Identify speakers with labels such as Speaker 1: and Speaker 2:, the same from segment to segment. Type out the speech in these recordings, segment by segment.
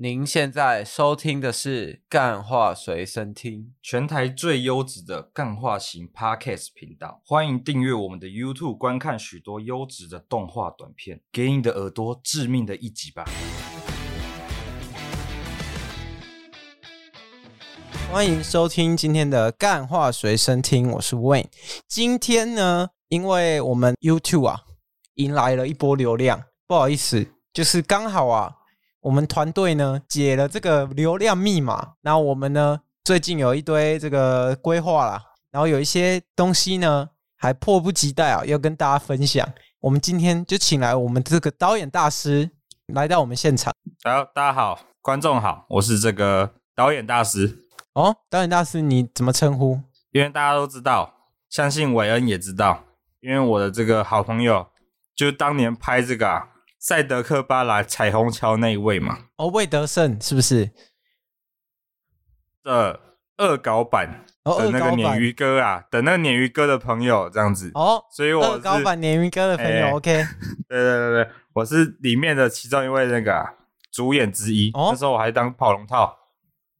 Speaker 1: 您现在收听的是《干话随身听
Speaker 2: 全台最优质的干化型 Podcast 频道，欢迎订阅我们的 YouTube，观看许多优质的动画短片，给你的耳朵致命的一击吧！》，
Speaker 3: 欢迎收听今天的《干话随身听》，我是 Wayne。今天呢，因为我们 YouTube 啊迎来了一波流量，不好意思，就是刚好啊，我们团队呢解了这个流量密码，然后我们呢最近有一堆这个规划啦，然后有一些东西呢还迫不及待啊要跟大家分享。我们今天就请来我们这个导演大师来到我们现场。
Speaker 2: 好，大家好，观众好，我是这个导演大师，
Speaker 3: 哦，导演大师，你怎么称呼？
Speaker 2: 因为大家都知道，相信韦恩也知道，因为我的这个好朋友，就是当年拍这个、啊《赛德克巴莱彩虹桥》那一位嘛，
Speaker 3: 哦，魏德胜是不是？
Speaker 2: 的恶搞版
Speaker 3: 哦，
Speaker 2: 的
Speaker 3: 恶
Speaker 2: 那个
Speaker 3: 搞
Speaker 2: 鲶
Speaker 3: 版
Speaker 2: 鱼哥啊，的那个鲶鱼哥的朋友这样子，
Speaker 3: 哦，
Speaker 2: 所以我
Speaker 3: 恶
Speaker 2: 是
Speaker 3: 搞版鲶鱼哥的朋友、
Speaker 2: 哎
Speaker 3: o k
Speaker 2: 对对对对，我是里面的其中一位那个啊、主演之一。
Speaker 3: 哦
Speaker 2: 那时候我还当跑龙套，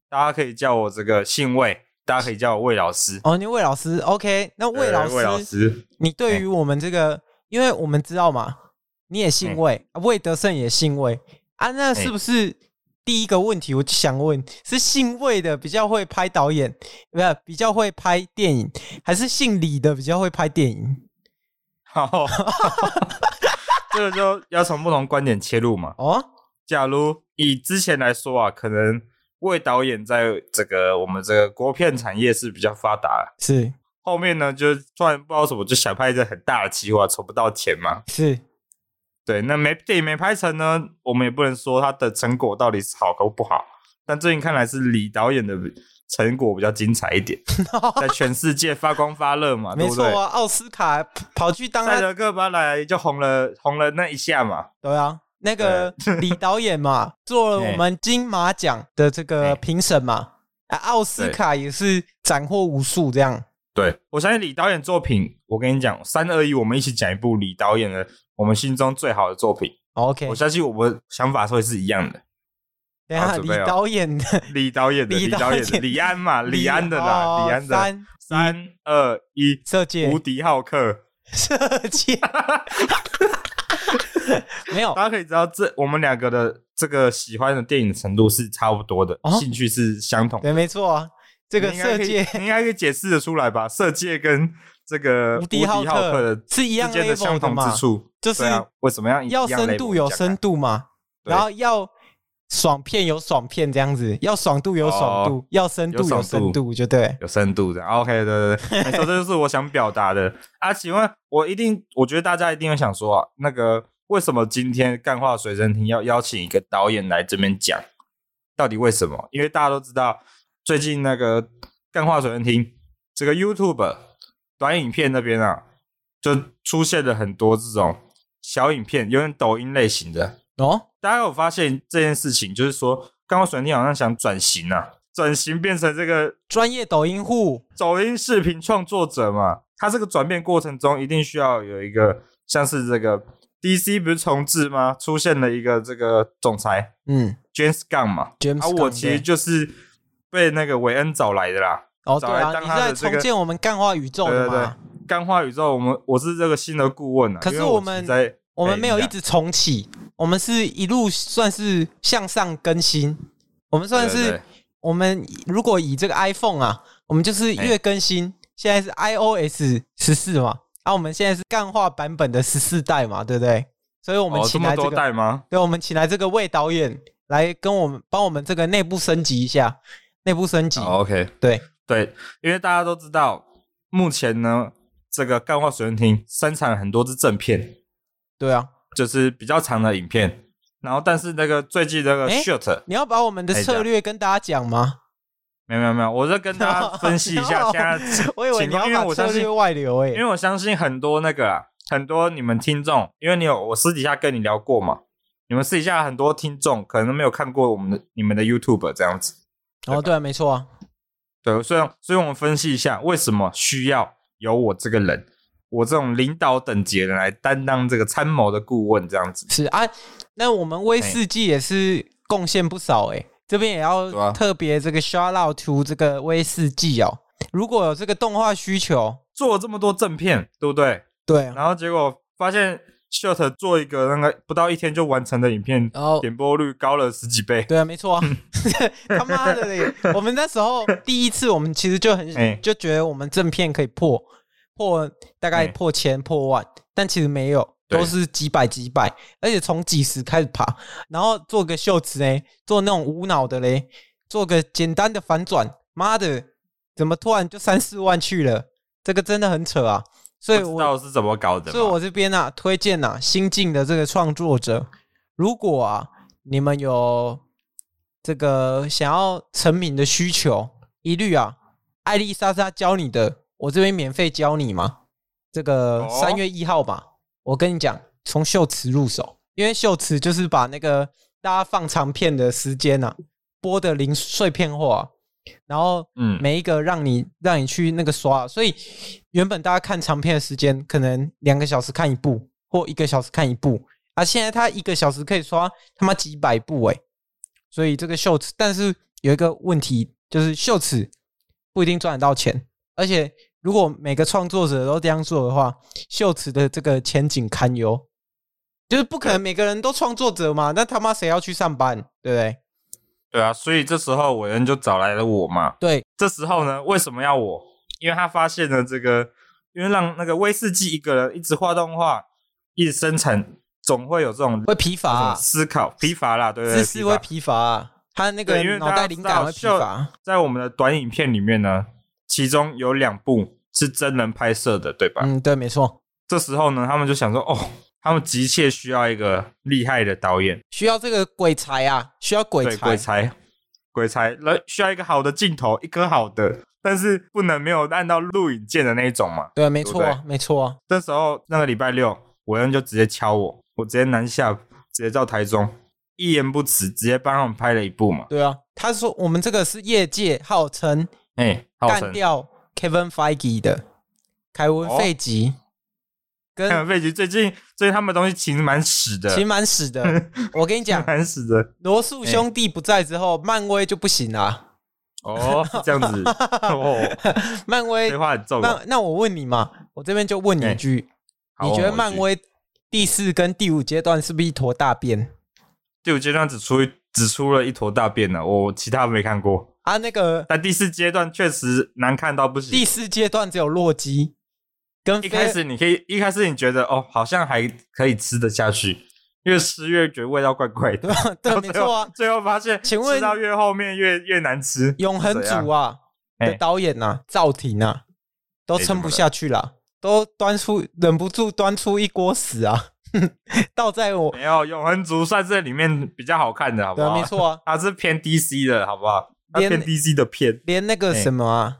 Speaker 2: 大家可以叫我这个姓魏，大家可以叫我魏老师。
Speaker 3: 哦，你魏老师，OK，那
Speaker 2: 对
Speaker 3: 魏老师，
Speaker 2: 魏老师，哎
Speaker 3: 你对于我们这个，因为我们知道嘛，你也姓
Speaker 2: 哎
Speaker 3: 魏，啊魏德胜也姓魏啊，那
Speaker 2: 哎
Speaker 3: 是不是第一个问题？我就想问，是姓魏的比较会拍导演，不是比较会拍电影，还是姓李的比较会拍电影？
Speaker 2: 好，这个就要从不同观点切入嘛。
Speaker 3: 哦，
Speaker 2: 假如以之前来说啊，可能魏导演在这个我们这个国片产业是比较发达，
Speaker 3: 是
Speaker 2: 后面呢就突然不知道什么就想拍一个很大的企划，筹不到钱嘛，
Speaker 3: 是，
Speaker 2: 对，那没电影没拍成呢，我们也不能说它的成果到底是好或不好。但最近看来是李导演的成果比较精彩一 点，在全世界发光发热嘛，对
Speaker 3: 没
Speaker 2: 不
Speaker 3: 错
Speaker 2: 对？
Speaker 3: 啊，奥斯卡跑去当他
Speaker 2: 赛德克巴莱就红了，红了那一下嘛。
Speaker 3: 对啊，那个李导演嘛，做 了我们金马奖的这
Speaker 2: 哎
Speaker 3: 个评审嘛，啊，奥斯卡也是斩获无数这样。
Speaker 2: 对，我相信李导演作品，我跟你讲，三二一，我们一起讲一部李导演的我们心中最好的作品。
Speaker 3: 哦 OK，
Speaker 2: 我相信我们想法会是一样的。
Speaker 3: 等一下
Speaker 2: 好
Speaker 3: 李
Speaker 2: 准备哦
Speaker 3: 导演的
Speaker 2: 李 导演的，
Speaker 3: 李
Speaker 2: 李
Speaker 3: 导
Speaker 2: 导演的，
Speaker 3: 演
Speaker 2: 李安 嘛，李安的
Speaker 3: 哦
Speaker 2: 啦，李安的。
Speaker 3: 三
Speaker 2: 三二一，
Speaker 3: 射箭
Speaker 2: 无敌浩克。
Speaker 3: 射箭， 没有
Speaker 2: 大家可以知道这，我们两个的这个喜欢的电影的程度是差不多的，
Speaker 3: 哦
Speaker 2: 兴趣是相同的。
Speaker 3: 对，没错啊，这个
Speaker 2: 你应该
Speaker 3: 射
Speaker 2: 可以
Speaker 3: 箭
Speaker 2: 你应该可以解释得出来吧？色戒跟这个
Speaker 3: 无
Speaker 2: 敌
Speaker 3: 敌浩
Speaker 2: 克
Speaker 3: 特
Speaker 2: 的
Speaker 3: 是一样
Speaker 2: 之间的
Speaker 3: level
Speaker 2: 相
Speaker 3: 的
Speaker 2: 同
Speaker 3: 嘛
Speaker 2: 之，处，
Speaker 3: 就是
Speaker 2: 对啊为什么样一
Speaker 3: 要
Speaker 2: 一样
Speaker 3: 深
Speaker 2: level
Speaker 3: 度
Speaker 2: 你
Speaker 3: 有
Speaker 2: 讲
Speaker 3: 深
Speaker 2: 看
Speaker 3: 度嘛，
Speaker 2: 对
Speaker 3: 然后要爽片有爽片这样子，要爽度有爽度，要深度
Speaker 2: 哦有爽
Speaker 3: 有
Speaker 2: 度
Speaker 3: 深度，就对。
Speaker 2: 有深度的。OK，对对对，没错，这就是我想表达的啊。请问，我一定，我觉得大家一定会想说啊，那个为什么今天干话随身听要邀请一个导演来这边讲？到底为什么？因为大家都知道，最近那个干话随身听这个 YouTube 短影片那边啊，就出现了很多这种小影片，有点抖音类型的。
Speaker 3: 哦，
Speaker 2: 大家有发现这件事情，就是说，刚刚水天好像想转型啊，转型变成这个
Speaker 3: 专业抖音户
Speaker 2: 抖音视频创作者嘛，他这个转变过程中一定需要有一个像是这个 DC 不是重置吗？出现了一个这个总裁
Speaker 3: 嗯
Speaker 2: James Gunn 嘛，
Speaker 3: ，James，
Speaker 2: 啊，
Speaker 3: Gunn，
Speaker 2: 我其实
Speaker 3: 对
Speaker 2: 就是被那个韦恩找来的啦。
Speaker 3: 哦，对
Speaker 2: 找来
Speaker 3: 啊，
Speaker 2: 当
Speaker 3: 你
Speaker 2: 他的
Speaker 3: 在
Speaker 2: 这个
Speaker 3: 重建我们干化宇宙
Speaker 2: 对
Speaker 3: 的
Speaker 2: 对哎对
Speaker 3: 嘛？，
Speaker 2: 干化宇宙，我们我是这个新的顾问啊。
Speaker 3: 可是
Speaker 2: 因为
Speaker 3: 我
Speaker 2: 我
Speaker 3: 们
Speaker 2: 其实在
Speaker 3: 我们没有
Speaker 2: 哎
Speaker 3: 一直重启，我们是一路算是向上更新，我们算
Speaker 2: 对对
Speaker 3: 是
Speaker 2: 对
Speaker 3: 我们如果以这个 iPhone 啊，我们就是
Speaker 2: 哎
Speaker 3: 月更新，现在是 iOS 十四嘛，啊，我们现在是干化版本的十四代嘛，对不对？所以我们
Speaker 2: 哦这
Speaker 3: 请
Speaker 2: 么
Speaker 3: 来这
Speaker 2: 多
Speaker 3: 个，
Speaker 2: 代吗？
Speaker 3: 对，我们请来这个魏导演来跟我们帮我们这个内部升级一下，内部升级，
Speaker 2: 哦，OK，
Speaker 3: 对
Speaker 2: 对，因为大家都知道，目前呢，这个干化水人亭生产了很多支正片。
Speaker 3: 对啊，
Speaker 2: 就是比较长的影片。然后，但是那个最近那个
Speaker 3: 诶
Speaker 2: short，、
Speaker 3: 你要把我们的
Speaker 2: 哎这样
Speaker 3: 策略跟大家讲吗？
Speaker 2: 没有没有没有，我就跟大 家分析一下
Speaker 3: 哦
Speaker 2: 现在的情
Speaker 3: 我以为你
Speaker 2: 况，因
Speaker 3: 要
Speaker 2: 为
Speaker 3: 把
Speaker 2: 我
Speaker 3: 策
Speaker 2: 相信
Speaker 3: 略，外流欸诶、
Speaker 2: 因为我相信很多那个啊很多你们听众，因为你有我私底下跟你聊过嘛，你们私底下很多听众可能没有看过我们的你们的 YouTube 这样子，
Speaker 3: 哦，对啊，没错
Speaker 2: 嗯
Speaker 3: 啊，
Speaker 2: 对，所以所以我们分析一下为什么需要有我这个人，我这种领导等级的人来担当这个参谋的顾问这样子。
Speaker 3: 是啊。那我们威士忌也是贡献不少哎、这边也
Speaker 2: 对啊
Speaker 3: 要特别这个 shout out to 这个威士忌哦，如果有这个动画需求，
Speaker 2: 做了这么多正片，对不对？
Speaker 3: 对啊，
Speaker 2: 然后结果发现 Short 做一个那个不到一天就完成的影片，
Speaker 3: 然后
Speaker 2: 点播率高了十几倍。
Speaker 3: 对啊，没 错 啊，他妈的嘞！我们那时候第一次，我们其实就很、
Speaker 2: 哎
Speaker 3: 就觉得我们正片可以破破大概
Speaker 2: 哎
Speaker 3: 破千、破万，但其实没有，
Speaker 2: 对
Speaker 3: 都是几百几百，而且从几十开始爬，然后做个秀词嘞，做那种无脑的嘞，做个简单的反转，妈的，怎么突然就三四万去了？这个真的很扯啊！所以
Speaker 2: 不
Speaker 3: 我
Speaker 2: 知道是怎么搞的嘛，
Speaker 3: 所以我这边啊，推荐啊，新进的这个创作者，如果啊，你们有这个想要成名的需求，一律啊，艾丽莎莎教你的，我这边免费教你嘛。这个
Speaker 2: 哦
Speaker 3: 三月一号吧，我跟你讲，从秀词入手，因为秀词就是把那个大家放长片的时间啊，播的零碎片化啊、然后
Speaker 2: 嗯
Speaker 3: 每一个让你让你去那个刷，所以原本大家看长片的时间可能两个小时看一部或一个小时看一部，啊，现在他一个小时可以刷他妈几百部诶、所以这个秀词，但是有一个问题就是秀词不一定赚得到钱，而且如果每个创作者都这样做的话，秀词的这个前景堪忧，就是不可能每个人都创作者嘛，那他妈谁要去上班，对不对？
Speaker 2: 对啊，所以这时候韦恩就找来了我嘛。
Speaker 3: 对，
Speaker 2: 这时候呢，为什么要我？因为他发现了这个，因为让那个威士忌一个人一直画动画，一直生产，总会有这种
Speaker 3: 会疲乏啊、
Speaker 2: 这种思考疲乏啦，对不对？
Speaker 3: 知识
Speaker 2: 疲
Speaker 3: 会
Speaker 2: 乏
Speaker 3: 疲乏、啊，他那个
Speaker 2: 对因为
Speaker 3: 脑
Speaker 2: 大
Speaker 3: 袋
Speaker 2: 家
Speaker 3: 灵
Speaker 2: 知道
Speaker 3: 感会疲
Speaker 2: 秀
Speaker 3: 乏。啊
Speaker 2: 在我们的短影片里面呢，其中有两部是真人拍摄的，对吧？
Speaker 3: 嗯，对，没错，
Speaker 2: 这时候呢，他们就想说，哦，他们急切需要一个厉害的导演，
Speaker 3: 需要这个鬼才啊，需要鬼
Speaker 2: 对，
Speaker 3: 才
Speaker 2: 鬼。才，鬼才，那需要一个好的镜头，一颗好的，但是不能没有按到录影键的那一种嘛。
Speaker 3: 对，没
Speaker 2: 对
Speaker 3: 错
Speaker 2: 不对，
Speaker 3: 没错。
Speaker 2: 这时候那个礼拜六，韦恩就直接敲我，我直接南下，直接到台中，一言不辞，直接帮他们拍了一部嘛。
Speaker 3: 对啊，他说我们这个是业界号称
Speaker 2: 哎、好号
Speaker 3: 干
Speaker 2: 称
Speaker 3: 掉 Kevin Feige 的凯文
Speaker 2: 哦
Speaker 3: 费吉，
Speaker 2: 看
Speaker 3: 跟
Speaker 2: 了费奇最近最近他们的东西其实蛮屎的，
Speaker 3: 其实蛮 屎的。我跟你讲，
Speaker 2: 蛮屎的。
Speaker 3: 罗素兄弟不在之后，漫威就不行啊啦。
Speaker 2: 哦，是这样 子哦，
Speaker 3: 漫威
Speaker 2: 废，话很重哦。
Speaker 3: 哎那那我问你嘛，我这边就问你一
Speaker 2: 哎
Speaker 3: 句，
Speaker 2: 好
Speaker 3: 你觉
Speaker 2: 我
Speaker 3: 得
Speaker 2: 回
Speaker 3: 漫
Speaker 2: 去
Speaker 3: 威第四跟第五阶段是不是一坨大便？
Speaker 2: 第五阶段只出只出了一坨大便呢，我其他没看过。
Speaker 3: 啊，那个
Speaker 2: 但第四阶段确实难看到不
Speaker 3: 第
Speaker 2: 行。
Speaker 3: 四阶段只有洛基跟
Speaker 2: 一
Speaker 3: 菲
Speaker 2: 开始你可以，一开始你觉得哦，好像还可以吃得下去，越吃越觉得味道怪怪的。
Speaker 3: 对，
Speaker 2: 然后
Speaker 3: 没
Speaker 2: 最后
Speaker 3: 错啊，
Speaker 2: 最后发现，
Speaker 3: 请问
Speaker 2: 吃到越后面越越难吃。
Speaker 3: 永恒
Speaker 2: 是怎样
Speaker 3: 主啊
Speaker 2: 哎
Speaker 3: 的导演啊，赵婷啊，都
Speaker 2: 哎
Speaker 3: 撑不下去了，都端出忍不住端出一锅屎啊， 倒在我，
Speaker 2: 没有永恒族算是里面比较好看的，好不
Speaker 3: 对啊，
Speaker 2: 好？
Speaker 3: 没，错啊，
Speaker 2: 它是偏 DC 的，好不好？它
Speaker 3: 连
Speaker 2: 偏 DC 的片
Speaker 3: 连那个
Speaker 2: 哎
Speaker 3: 什么啊，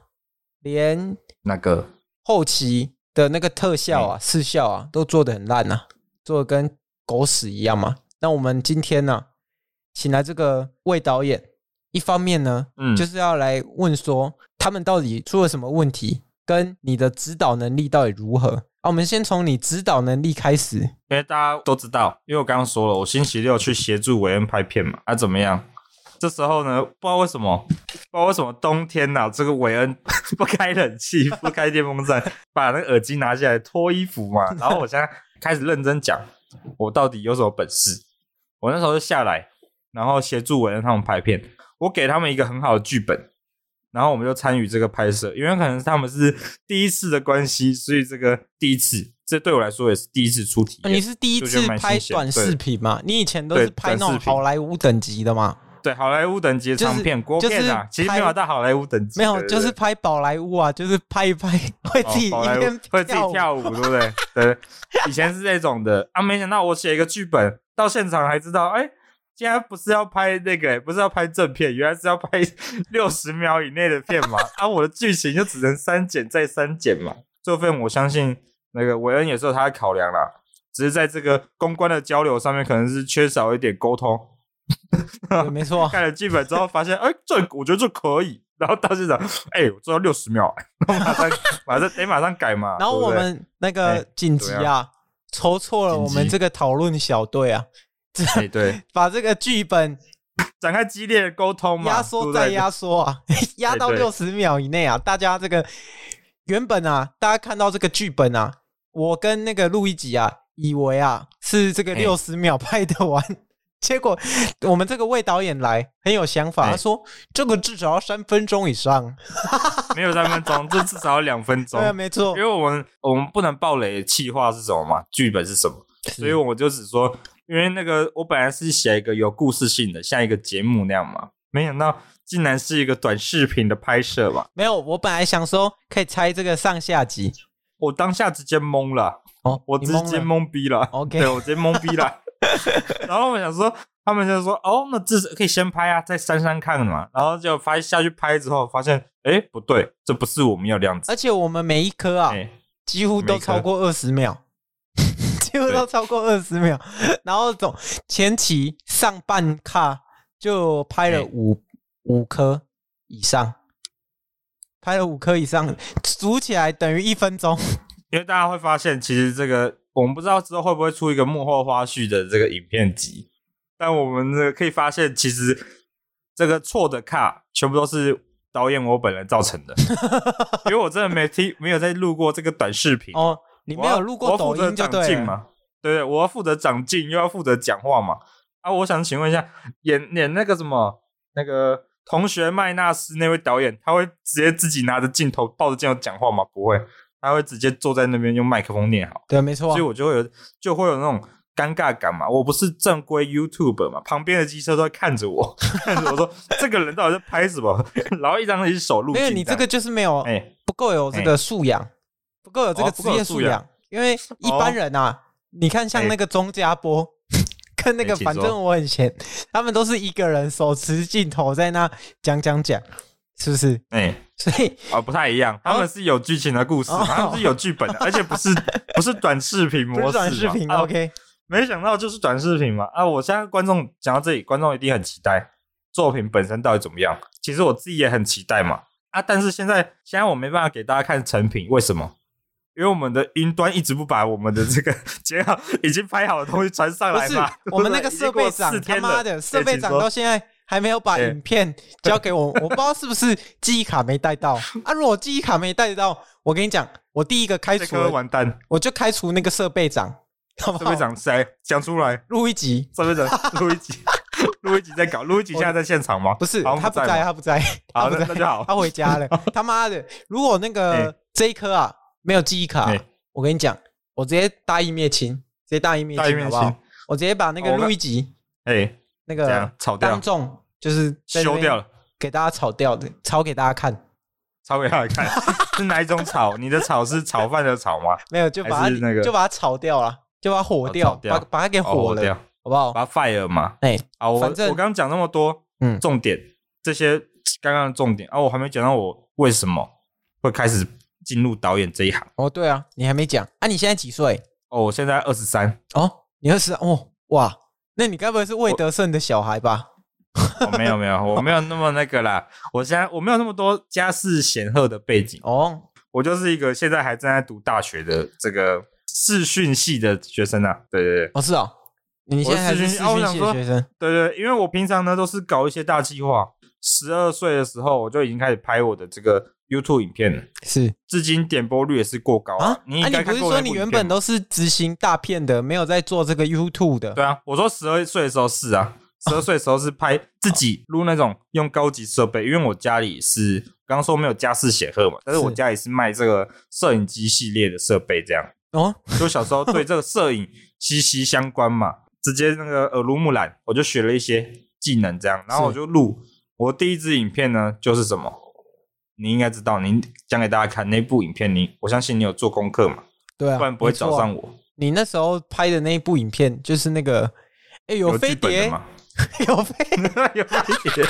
Speaker 3: 连
Speaker 2: 那个
Speaker 3: 后期的那个特效
Speaker 2: 哎
Speaker 3: 啊、视效啊，都做的很烂呐、啊，做的跟狗屎一样嘛。那我们今天呢、请来这个魏导演，一方面呢，
Speaker 2: 嗯
Speaker 3: 就是要来问说他们到底出了什么问题，跟你的指导能力到底如何。啊，我们先从你指导能力开始。
Speaker 2: 因为大家都知道，因为我刚刚说了，我星期六去协助韦恩拍片嘛，啊怎么样？这时候呢，不知道为什么，不知道为什么冬天呐、这个韦恩 不开冷气， 不开电风扇，把那个耳机拿下来脱衣服嘛。然后我现在开始认真讲，我到底有什么本事？我那时候就下来，然后协助韦恩他们拍片，我给他们一个很好的剧本，然后我们就参与这个拍摄，因为可能他们是第一次的关系，所以这个第一次，这对我来说也是第一次出题。
Speaker 3: 你是第一
Speaker 2: 就
Speaker 3: 次
Speaker 2: 觉得蛮新
Speaker 3: 拍
Speaker 2: 鲜
Speaker 3: 短
Speaker 2: 对
Speaker 3: 视频嘛？你以前都是
Speaker 2: 对
Speaker 3: 拍那
Speaker 2: 短
Speaker 3: 种
Speaker 2: 视频
Speaker 3: 好莱坞等级的嘛？
Speaker 2: 对，好莱坞等级的
Speaker 3: 就是
Speaker 2: 长片、国片啊，
Speaker 3: 就是
Speaker 2: 其
Speaker 3: 拍
Speaker 2: 实没有到好莱坞等级，
Speaker 3: 没有
Speaker 2: 对，
Speaker 3: 就是拍宝莱坞啊，就是拍一拍会自己一
Speaker 2: 哦好莱坞
Speaker 3: 边
Speaker 2: 会自己
Speaker 3: 舞
Speaker 2: 跳舞，对不对？ 对，以前是这种的啊，没想到我写一个剧本，到现场还知道，哎，竟然不是要拍那个，不是要拍正片，原来是要拍 六十秒以内的片 嘛，啊，我的剧情就只能删减再删减嘛。这份我相信那个韦恩也是有他的考量啦，只是在这个公关的交流上面，可能是缺少一点沟通。
Speaker 3: 对 没错，
Speaker 2: 看了剧本之后发现，哎、这我觉得这可以。然后到现场，哎、我做到六十秒， 然后马上马上得马上改嘛。
Speaker 3: 然后
Speaker 2: 对
Speaker 3: 我
Speaker 2: 不对
Speaker 3: 们那个
Speaker 2: 哎
Speaker 3: 紧急
Speaker 2: 对
Speaker 3: 啊，筹措了我们
Speaker 2: 紧急
Speaker 3: 这个讨论小队啊，
Speaker 2: 哎、对，
Speaker 3: 把这个剧本
Speaker 2: 展开激烈的沟通嘛，
Speaker 3: 压缩
Speaker 2: 对不
Speaker 3: 再
Speaker 2: 对
Speaker 3: 压缩啊，压到
Speaker 2: 对对
Speaker 3: 六十秒以内啊！大家这个原本啊，大家看到这个剧本啊，我跟那个录一集啊，以为啊是这个
Speaker 2: 哎
Speaker 3: 六十秒拍的完， 结果我们这个魏导演来很有想法，
Speaker 2: 哎
Speaker 3: 他说这个至少要三分钟以上，
Speaker 2: 没有三分钟，这至少要两分钟
Speaker 3: 对，。啊没错
Speaker 2: 因，为我们我们不能暴雷气划是什么嘛，剧本是什么，所以我就只说，因为那个我本来是写一个有故事性的，像一个节目那样嘛，没想到竟然是一个短视频的拍摄嘛，
Speaker 3: 没有，我本来想说可以猜这个上下集
Speaker 2: 我当下直接懵了，
Speaker 3: 哦，
Speaker 2: 我
Speaker 3: 你
Speaker 2: 直
Speaker 3: 懵
Speaker 2: 接
Speaker 3: 了
Speaker 2: 懵逼了，
Speaker 3: OK
Speaker 2: 对我直接懵逼 了。然后我想说，他们就说，哦，那至少可以先拍啊，再删删看嘛。然后就发下去拍之后，发现，哎，不对，这不是我们要的样子
Speaker 3: 而。且我们每一颗啊，
Speaker 2: 哎，
Speaker 3: 几乎都
Speaker 2: 每颗
Speaker 3: 超过二 十秒，几乎都超过二十秒。然后总前期上半卡就拍了
Speaker 2: 哎
Speaker 3: 五五颗以上，拍了五颗以上，组起来等于一 分钟。
Speaker 2: 因为大家会发现，其实这个我们不知道之后会不会出一个幕后花絮的这个影片集，但我们这个可以发现，其实这个错的卡全部都是导演我本人造成 的，因为我真的没听没有在录过这个短视频，
Speaker 3: 哦，你
Speaker 2: 我
Speaker 3: 没
Speaker 2: 要
Speaker 3: 有录过抖音就
Speaker 2: 我要负责长
Speaker 3: 对
Speaker 2: 进
Speaker 3: 了。
Speaker 2: 嘛，对，我要负责长进，又要负责讲话嘛。啊，我想请问一下，演演那个什么那个同学麦纳斯那位导演，他会直接自己拿着镜头抱着镜头讲话吗？不会，他会直接坐在那边用麦克风念好。
Speaker 3: 对，没错
Speaker 2: 所以
Speaker 3: 啊。
Speaker 2: 我就会有就会有那种尴尬感嘛。我不是正规 YouTube 嘛，旁边的机车都在看着我， 看着我说这个人到底在拍什么， 然后一张一手录
Speaker 3: 没
Speaker 2: 进
Speaker 3: 有
Speaker 2: 样。
Speaker 3: 你这个就是没有
Speaker 2: 哎、
Speaker 3: 不够有这个素养，不够有这个
Speaker 2: 哦
Speaker 3: 职
Speaker 2: 不够有
Speaker 3: 业
Speaker 2: 素
Speaker 3: 素养
Speaker 2: 养。哦
Speaker 3: 因为一般人啊，你看像
Speaker 2: 哎
Speaker 3: 那个钟家波 跟那个
Speaker 2: 哎请
Speaker 3: 反
Speaker 2: 说
Speaker 3: 正我很闲，他们都是一个人手持镜头在那讲讲讲，是不是？
Speaker 2: 哎。
Speaker 3: 所以
Speaker 2: 啊、不太一样，他们是有剧情的故事，
Speaker 3: 哦
Speaker 2: 他们是有剧本的，而且不 是不是短视频模
Speaker 3: 不
Speaker 2: 式嘛，
Speaker 3: 是短视频
Speaker 2: 啊
Speaker 3: ，OK？
Speaker 2: 没想到就是短视频嘛，啊，我现在观众讲到这里，观众一定很期待作品本身到底怎么样。其实我自己也很期待嘛，啊，但是现在现在我没办法给大家看成品，为什么？因为我们的云端一直不把我们的这 个截好已经拍好的东西传上
Speaker 3: 不
Speaker 2: 啊来
Speaker 3: 是
Speaker 2: 嘛。对不
Speaker 3: 我们
Speaker 2: 对
Speaker 3: 那个
Speaker 2: 已经
Speaker 3: 设
Speaker 2: 过
Speaker 3: 备
Speaker 2: 了
Speaker 3: 长
Speaker 2: 四
Speaker 3: 他
Speaker 2: 天
Speaker 3: 妈
Speaker 2: 了
Speaker 3: 的
Speaker 2: 哎
Speaker 3: 设备长
Speaker 2: 请
Speaker 3: 到
Speaker 2: 说
Speaker 3: 现在还没有把
Speaker 2: 哎
Speaker 3: 影片交给我，我不知道是不是记忆卡没带到啊？如果记忆卡没带到，我跟你讲，我第一个开
Speaker 2: 这
Speaker 3: 除
Speaker 2: 颗
Speaker 3: 了，
Speaker 2: 完 蛋，
Speaker 3: 我就开除那个设备长，好不
Speaker 2: 设
Speaker 3: 好？
Speaker 2: 备长谁讲出来？
Speaker 3: 录一集。
Speaker 2: 设备长录一 集，录一集再搞，录一集现在在现场吗？
Speaker 3: 不是，
Speaker 2: 好
Speaker 3: 他不
Speaker 2: 吗
Speaker 3: 在，他不在，他
Speaker 2: 好，
Speaker 3: 不
Speaker 2: 那
Speaker 3: 在，
Speaker 2: 那就好。
Speaker 3: 他回 家了。他妈的，如果那个
Speaker 2: 哎
Speaker 3: 这一颗啊没有记忆卡啊
Speaker 2: 哎，
Speaker 3: 我跟你讲，我直接大义灭亲，直接大义灭
Speaker 2: 大义
Speaker 3: 亲，
Speaker 2: 灭
Speaker 3: 好不
Speaker 2: 亲
Speaker 3: 好？我直接把那
Speaker 2: 哦
Speaker 3: 个
Speaker 2: 我看
Speaker 3: 录一集
Speaker 2: 哎，
Speaker 3: 那
Speaker 2: 这
Speaker 3: 个
Speaker 2: 样炒掉
Speaker 3: 当，众就是在那边
Speaker 2: 修掉了。
Speaker 3: 给大家炒掉的，炒给大家看。
Speaker 2: 炒给他看， 是哪一种炒？你的炒是炒饭的炒吗？
Speaker 3: 没有，就把
Speaker 2: 还是那
Speaker 3: 它
Speaker 2: 个
Speaker 3: 就把它炒掉了，就把它火
Speaker 2: 哦
Speaker 3: 掉，
Speaker 2: 炒掉
Speaker 3: 把把它给哎火
Speaker 2: 哦
Speaker 3: 了，
Speaker 2: 掉，
Speaker 3: 好不好？
Speaker 2: 把它 fire 嘛。
Speaker 3: 哎，
Speaker 2: 啊，我
Speaker 3: 反正
Speaker 2: 我刚刚讲那么多，
Speaker 3: 嗯
Speaker 2: 重点这些刚刚的重点啊，我还没讲到我为什么会开始进入导演这一行。
Speaker 3: 哦，对啊，你还没讲啊？你现在几岁？
Speaker 2: 哦，我现在二十三，
Speaker 3: 哦，你二十哦，哇，那你该不会是魏德胜的小孩吧？
Speaker 2: 我哦没有没有，我没有那么那个啦。我现在我没有那么多家世显赫的背景，
Speaker 3: 哦，
Speaker 2: 我就是一个现在还正在读大学的这个视讯系的学生啊。对对对，
Speaker 3: 哦，是哦，你现在还
Speaker 2: 我
Speaker 3: 是视
Speaker 2: 是视讯
Speaker 3: 讯系
Speaker 2: 系啊我想
Speaker 3: 的
Speaker 2: 说
Speaker 3: 学生
Speaker 2: 对对，因为我平常呢都是搞一些大计划。十二岁的时候，我就已经开始拍我的这个 YouTube 影片了，
Speaker 3: 是
Speaker 2: 至今点播率也是过高
Speaker 3: 啊？
Speaker 2: 哦你应
Speaker 3: 啊你
Speaker 2: 该
Speaker 3: 不
Speaker 2: 看
Speaker 3: 是
Speaker 2: 过那
Speaker 3: 说
Speaker 2: 部
Speaker 3: 你
Speaker 2: 影
Speaker 3: 原
Speaker 2: 片
Speaker 3: 本
Speaker 2: 吧
Speaker 3: 都是执行大片的，没有在做这个 YouTube 的？
Speaker 2: 对啊？我说十二岁的时候是啊，十二岁的时候是 拍自己录那种用高级设备，因为我家里是刚刚说没有家世显赫嘛，但是我
Speaker 3: 是
Speaker 2: 家里是卖这个摄影机系列的设备，这样
Speaker 3: 哦，
Speaker 2: 就小时候对这个摄影息息相关嘛，直接那个耳濡目染，我就学了一些技能，这样，然后我就录我第一支影片呢，就是什么，你应该知道，你讲给大家看那部影片你，我相信你有做功课嘛，
Speaker 3: 对啊，
Speaker 2: 不然不会
Speaker 3: 没错啊
Speaker 2: 找上我，
Speaker 3: 你那时候拍的那一部影片，就是那个，哎，有
Speaker 2: 剧
Speaker 3: 飞
Speaker 2: 本的
Speaker 3: 碟，
Speaker 2: 嘛，
Speaker 3: 有飞，
Speaker 2: 有飞碟，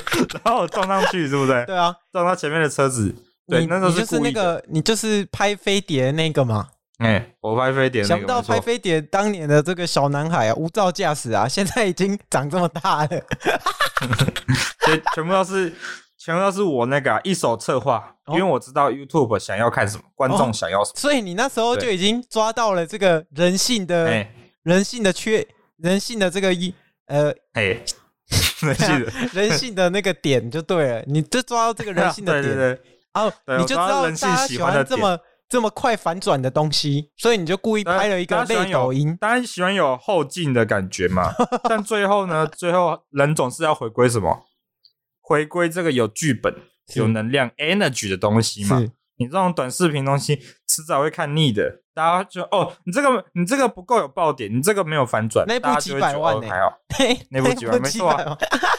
Speaker 2: 然后我撞上去，是不是？
Speaker 3: 对啊，
Speaker 2: 撞到前面的车子， 对，
Speaker 3: 你
Speaker 2: 那时候
Speaker 3: 你就是
Speaker 2: 故
Speaker 3: 那
Speaker 2: 意的，
Speaker 3: 个，你就是拍飞碟那个嘛。
Speaker 2: 哎，我拍飞碟那个，
Speaker 3: 想不到
Speaker 2: 没错
Speaker 3: 拍飞碟当年的这个小男孩啊，无照驾驶啊，现在已经长这么大了。
Speaker 2: 全全部都是全部都是我那个啊、一手策划，
Speaker 3: 哦
Speaker 2: 因为我知道 YouTube 想要看什么，观众想要什么。
Speaker 3: 所以你那时候就
Speaker 2: 对
Speaker 3: 已经抓到了这个人性的
Speaker 2: 哎
Speaker 3: 人性的缺人性的这个一呃
Speaker 2: 哎， 人性的，
Speaker 3: 人性的那个点就对了，你就抓到这啊个人性的
Speaker 2: 对对
Speaker 3: 点，
Speaker 2: 对，
Speaker 3: 哦，
Speaker 2: 对
Speaker 3: 你
Speaker 2: 我
Speaker 3: 就知
Speaker 2: 抓到
Speaker 3: 道大
Speaker 2: 人性
Speaker 3: 家
Speaker 2: 喜
Speaker 3: 喜
Speaker 2: 欢的
Speaker 3: 欢这么这么快反转的东西，所以你就故意
Speaker 2: 对
Speaker 3: 拍了一个
Speaker 2: 大家喜欢
Speaker 3: 类抖
Speaker 2: 有
Speaker 3: 音。
Speaker 2: 当然喜欢有后劲的感觉嘛。但最后呢，最后人总是要回归什么？回归这个有剧本、
Speaker 3: 是
Speaker 2: 有能量、energy 的东西嘛
Speaker 3: 是。
Speaker 2: 你这种短视频东西，迟早会看腻的。大家就哦，你这个你这个不够有爆点，你这个没有反转，
Speaker 3: 那部
Speaker 2: 大家就会觉得
Speaker 3: 几百万
Speaker 2: 哦
Speaker 3: 呢
Speaker 2: 还好。 内部几万 没错啊
Speaker 3: 内部几万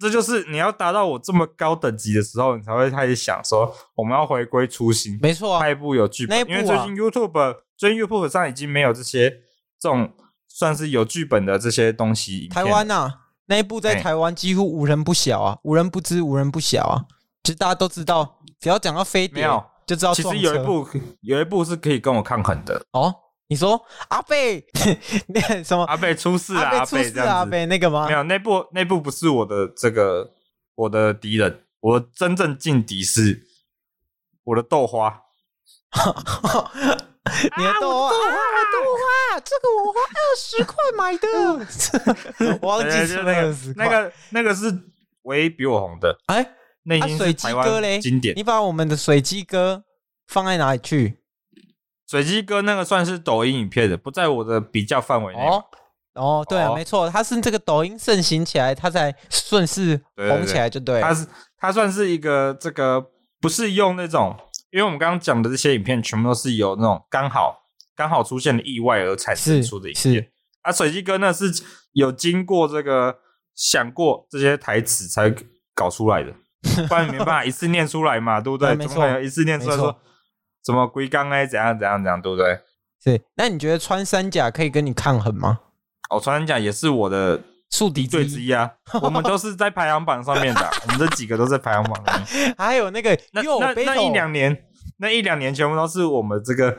Speaker 2: 这就是你要达到我这么高等级的时候，你才会开始想说，我们要回归初心，
Speaker 3: 没错啊
Speaker 2: 拍，一部有剧本，
Speaker 3: 那一部啊
Speaker 2: 因为最近 YouTube 最近 YouTube 上已经没有这些这种算是有剧本的这些东西影片
Speaker 3: 台
Speaker 2: 了。
Speaker 3: 湾呐、啊，那一部在
Speaker 2: 哎
Speaker 3: 台湾几乎无人不晓啊，无人不知，无人不晓啊，就大家都知道，只要讲到飞
Speaker 2: 没
Speaker 3: 碟
Speaker 2: 有，
Speaker 3: 就知道
Speaker 2: 其
Speaker 3: 撞
Speaker 2: 实
Speaker 3: 车。
Speaker 2: 有一部有一部是可以跟我抗衡 的，
Speaker 3: 哦，你说阿贝 那什么
Speaker 2: 阿贝出事啊，
Speaker 3: 阿
Speaker 2: 阿
Speaker 3: 贝出事
Speaker 2: 这
Speaker 3: 啊阿
Speaker 2: 样子，
Speaker 3: 贝那个吗
Speaker 2: 没？有那部那部不是我的这个我的敌人，我真正劲敌是我的豆花。
Speaker 3: 你的豆花，啊豆花，这个我花二十块买的， 我忘
Speaker 2: 对
Speaker 3: 记
Speaker 2: 就是那
Speaker 3: 二
Speaker 2: 个
Speaker 3: 十块。
Speaker 2: 那个那个是唯一比我红的，
Speaker 3: 哎，
Speaker 2: 那已
Speaker 3: 啊
Speaker 2: 经
Speaker 3: 水
Speaker 2: 是
Speaker 3: 鸡
Speaker 2: 台
Speaker 3: 哥嘞
Speaker 2: 湾经典。
Speaker 3: 你把我们的水鸡哥放在哪里去？
Speaker 2: 水鸡哥那个算是抖音影片的，不在我的比较范围内。
Speaker 3: 哦。哦，对啊，
Speaker 2: 哦
Speaker 3: 没错，他是这个抖音盛行起来，他才顺势
Speaker 2: 对对
Speaker 3: 红起来，就对了。
Speaker 2: 它是它算是一个这个不是用那种，因为我们刚刚讲的这些影片全部都是由那种刚好刚好出现的意外而产生
Speaker 3: 是
Speaker 2: 出的影片。
Speaker 3: 是
Speaker 2: 啊，水鸡哥那是有经过这个想过这些台词才搞出来的，不然没办法一次念出来嘛，对不对？
Speaker 3: 对没
Speaker 2: 怎么
Speaker 3: 错
Speaker 2: 可能一次念出来
Speaker 3: 没
Speaker 2: 说
Speaker 3: 错
Speaker 2: 什么龟缸哎怎样怎样怎样，对不对？
Speaker 3: 是。那你觉得穿山甲可以跟你抗衡吗？
Speaker 2: 哦，传人讲也是我的
Speaker 3: 宿敌之
Speaker 2: 对之
Speaker 3: 一，
Speaker 2: 一啊，我们都是在排行榜上 面的啊，我们这几个都在排行榜上面。
Speaker 3: 还有那个
Speaker 2: 那
Speaker 3: 右
Speaker 2: 那
Speaker 3: 背
Speaker 2: 那一两年，那一两年全部都是我们这个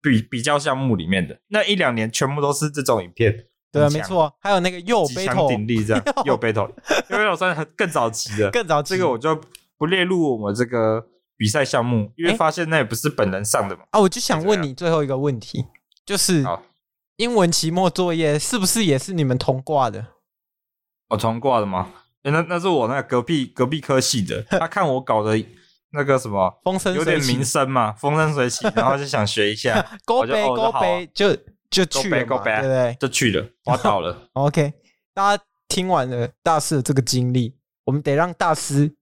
Speaker 2: 比比较项目里面的，那一两年全部都是这种影片，
Speaker 3: 对啊，
Speaker 2: 很
Speaker 3: 没
Speaker 2: 强，
Speaker 3: 错，还有那个右
Speaker 2: 几
Speaker 3: 背
Speaker 2: 强
Speaker 3: 头，
Speaker 2: 鼎立这样，右 battle，右 battle 算很更早期的，
Speaker 3: 更早期
Speaker 2: 这个我就不列入我们这个比赛项目，因为
Speaker 3: 诶
Speaker 2: 发现那也不是本人上的嘛。
Speaker 3: 啊，我就想
Speaker 2: 怎么
Speaker 3: 问
Speaker 2: 样
Speaker 3: 你最后一个问题，就是
Speaker 2: 好
Speaker 3: 英文期末作业是不是也是你们同挂的？
Speaker 2: 我重挂的吗？诶那那是我那个隔壁隔壁科系 的，他看我搞的那个什么。
Speaker 3: 风生
Speaker 2: 有
Speaker 3: 水
Speaker 2: 点
Speaker 3: 起
Speaker 2: 名，声嘛，风生水起，然后就想学一 下，
Speaker 3: 勾
Speaker 2: 我就
Speaker 3: 背
Speaker 2: 哦
Speaker 3: 勾
Speaker 2: 好啊
Speaker 3: 背就就去了
Speaker 2: 勾背勾
Speaker 3: 嘛，
Speaker 2: 背
Speaker 3: 对
Speaker 2: 啊
Speaker 3: 不对
Speaker 2: 就去了，滑倒了。
Speaker 3: ？OK，大家听完了大师的这个经历，我们得让大师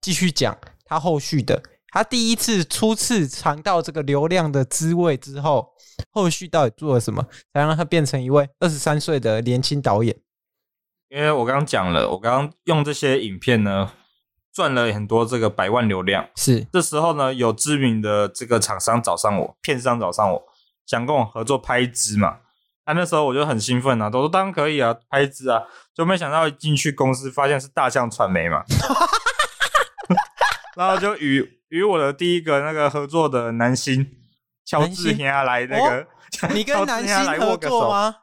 Speaker 3: 继续讲他后续的。他第一次初次尝到这个流量的滋味之后，后续到底做了什么，才让他变成一位二十三岁的年轻导演？
Speaker 2: 因为我刚刚讲了，我刚刚用这些影片呢，赚了很多这个百万流量。
Speaker 3: 是
Speaker 2: 这时候呢，有知名的这个厂商找上我，片商找上我，想跟我合作拍一支嘛。啊那、那时候我就很兴奋啊，我说当然可以啊，拍一支啊。就没想到一进去公司，发现是大象传媒嘛， 然后就与与我的第一个那个合作的男星乔治
Speaker 3: 男星哦
Speaker 2: 兄啊来那个，
Speaker 3: 你
Speaker 2: 乔治
Speaker 3: 跟南
Speaker 2: 兄啊
Speaker 3: 星
Speaker 2: 来
Speaker 3: 合
Speaker 2: 握个
Speaker 3: 作
Speaker 2: 手？
Speaker 3: 吗？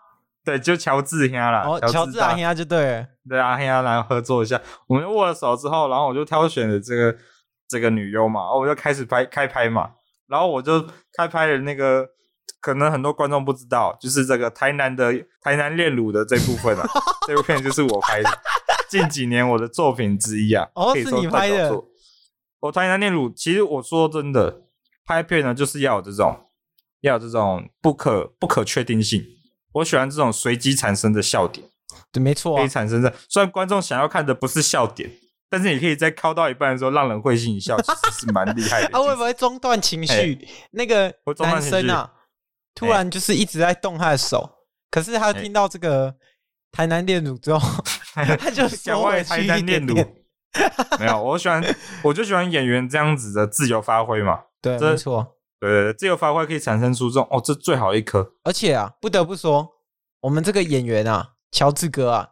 Speaker 2: 对，就乔治兄啊啦，
Speaker 3: 哦，乔治
Speaker 2: 大
Speaker 3: 阿兄就对了。
Speaker 2: 对啊，黑啊，来合作一下。我们握了手之后，然后我就挑选了这个这个女优嘛，然后我就开始拍开拍嘛，然后我就开拍了那个，可能很多观众不知道，就是这个台南的台南炼乳的这部分啊，这部片就是我拍的， 近几年我的作品之一啊，
Speaker 3: 哦
Speaker 2: 可以说
Speaker 3: 是你拍的
Speaker 2: 代表作。我台南炼乳，其实我说真的，拍片呢就是要有这种，要有这种不可不可确定性。我喜欢这种随机产生的笑点。
Speaker 3: 对，没错、
Speaker 2: 可
Speaker 3: 啊
Speaker 2: 以，产生的。虽然观众想要看的不是笑点，但是你可以在靠到一半的时候让人会心一笑，其实是蛮厉 害的。
Speaker 3: 他、啊会不会中断情绪？那个
Speaker 2: 会中断
Speaker 3: 男
Speaker 2: 情
Speaker 3: 生啊，突然就是一直在动他的手，可是他
Speaker 2: 哎
Speaker 3: 听到这个台南恋乳之后， 他就
Speaker 2: 讲
Speaker 3: 缩
Speaker 2: 外
Speaker 3: 回
Speaker 2: 台
Speaker 3: 去一
Speaker 2: 南炼
Speaker 3: 点
Speaker 2: 乳
Speaker 3: 点。。
Speaker 2: 没有，我喜欢，我就喜欢演员这样子的自由发挥嘛。
Speaker 3: 对，
Speaker 2: 这
Speaker 3: 没错。
Speaker 2: 对对对，自由发挥可以产生出这种哦，这最好一颗。
Speaker 3: 而且啊，不得不说，我们这个演员啊，乔治哥啊，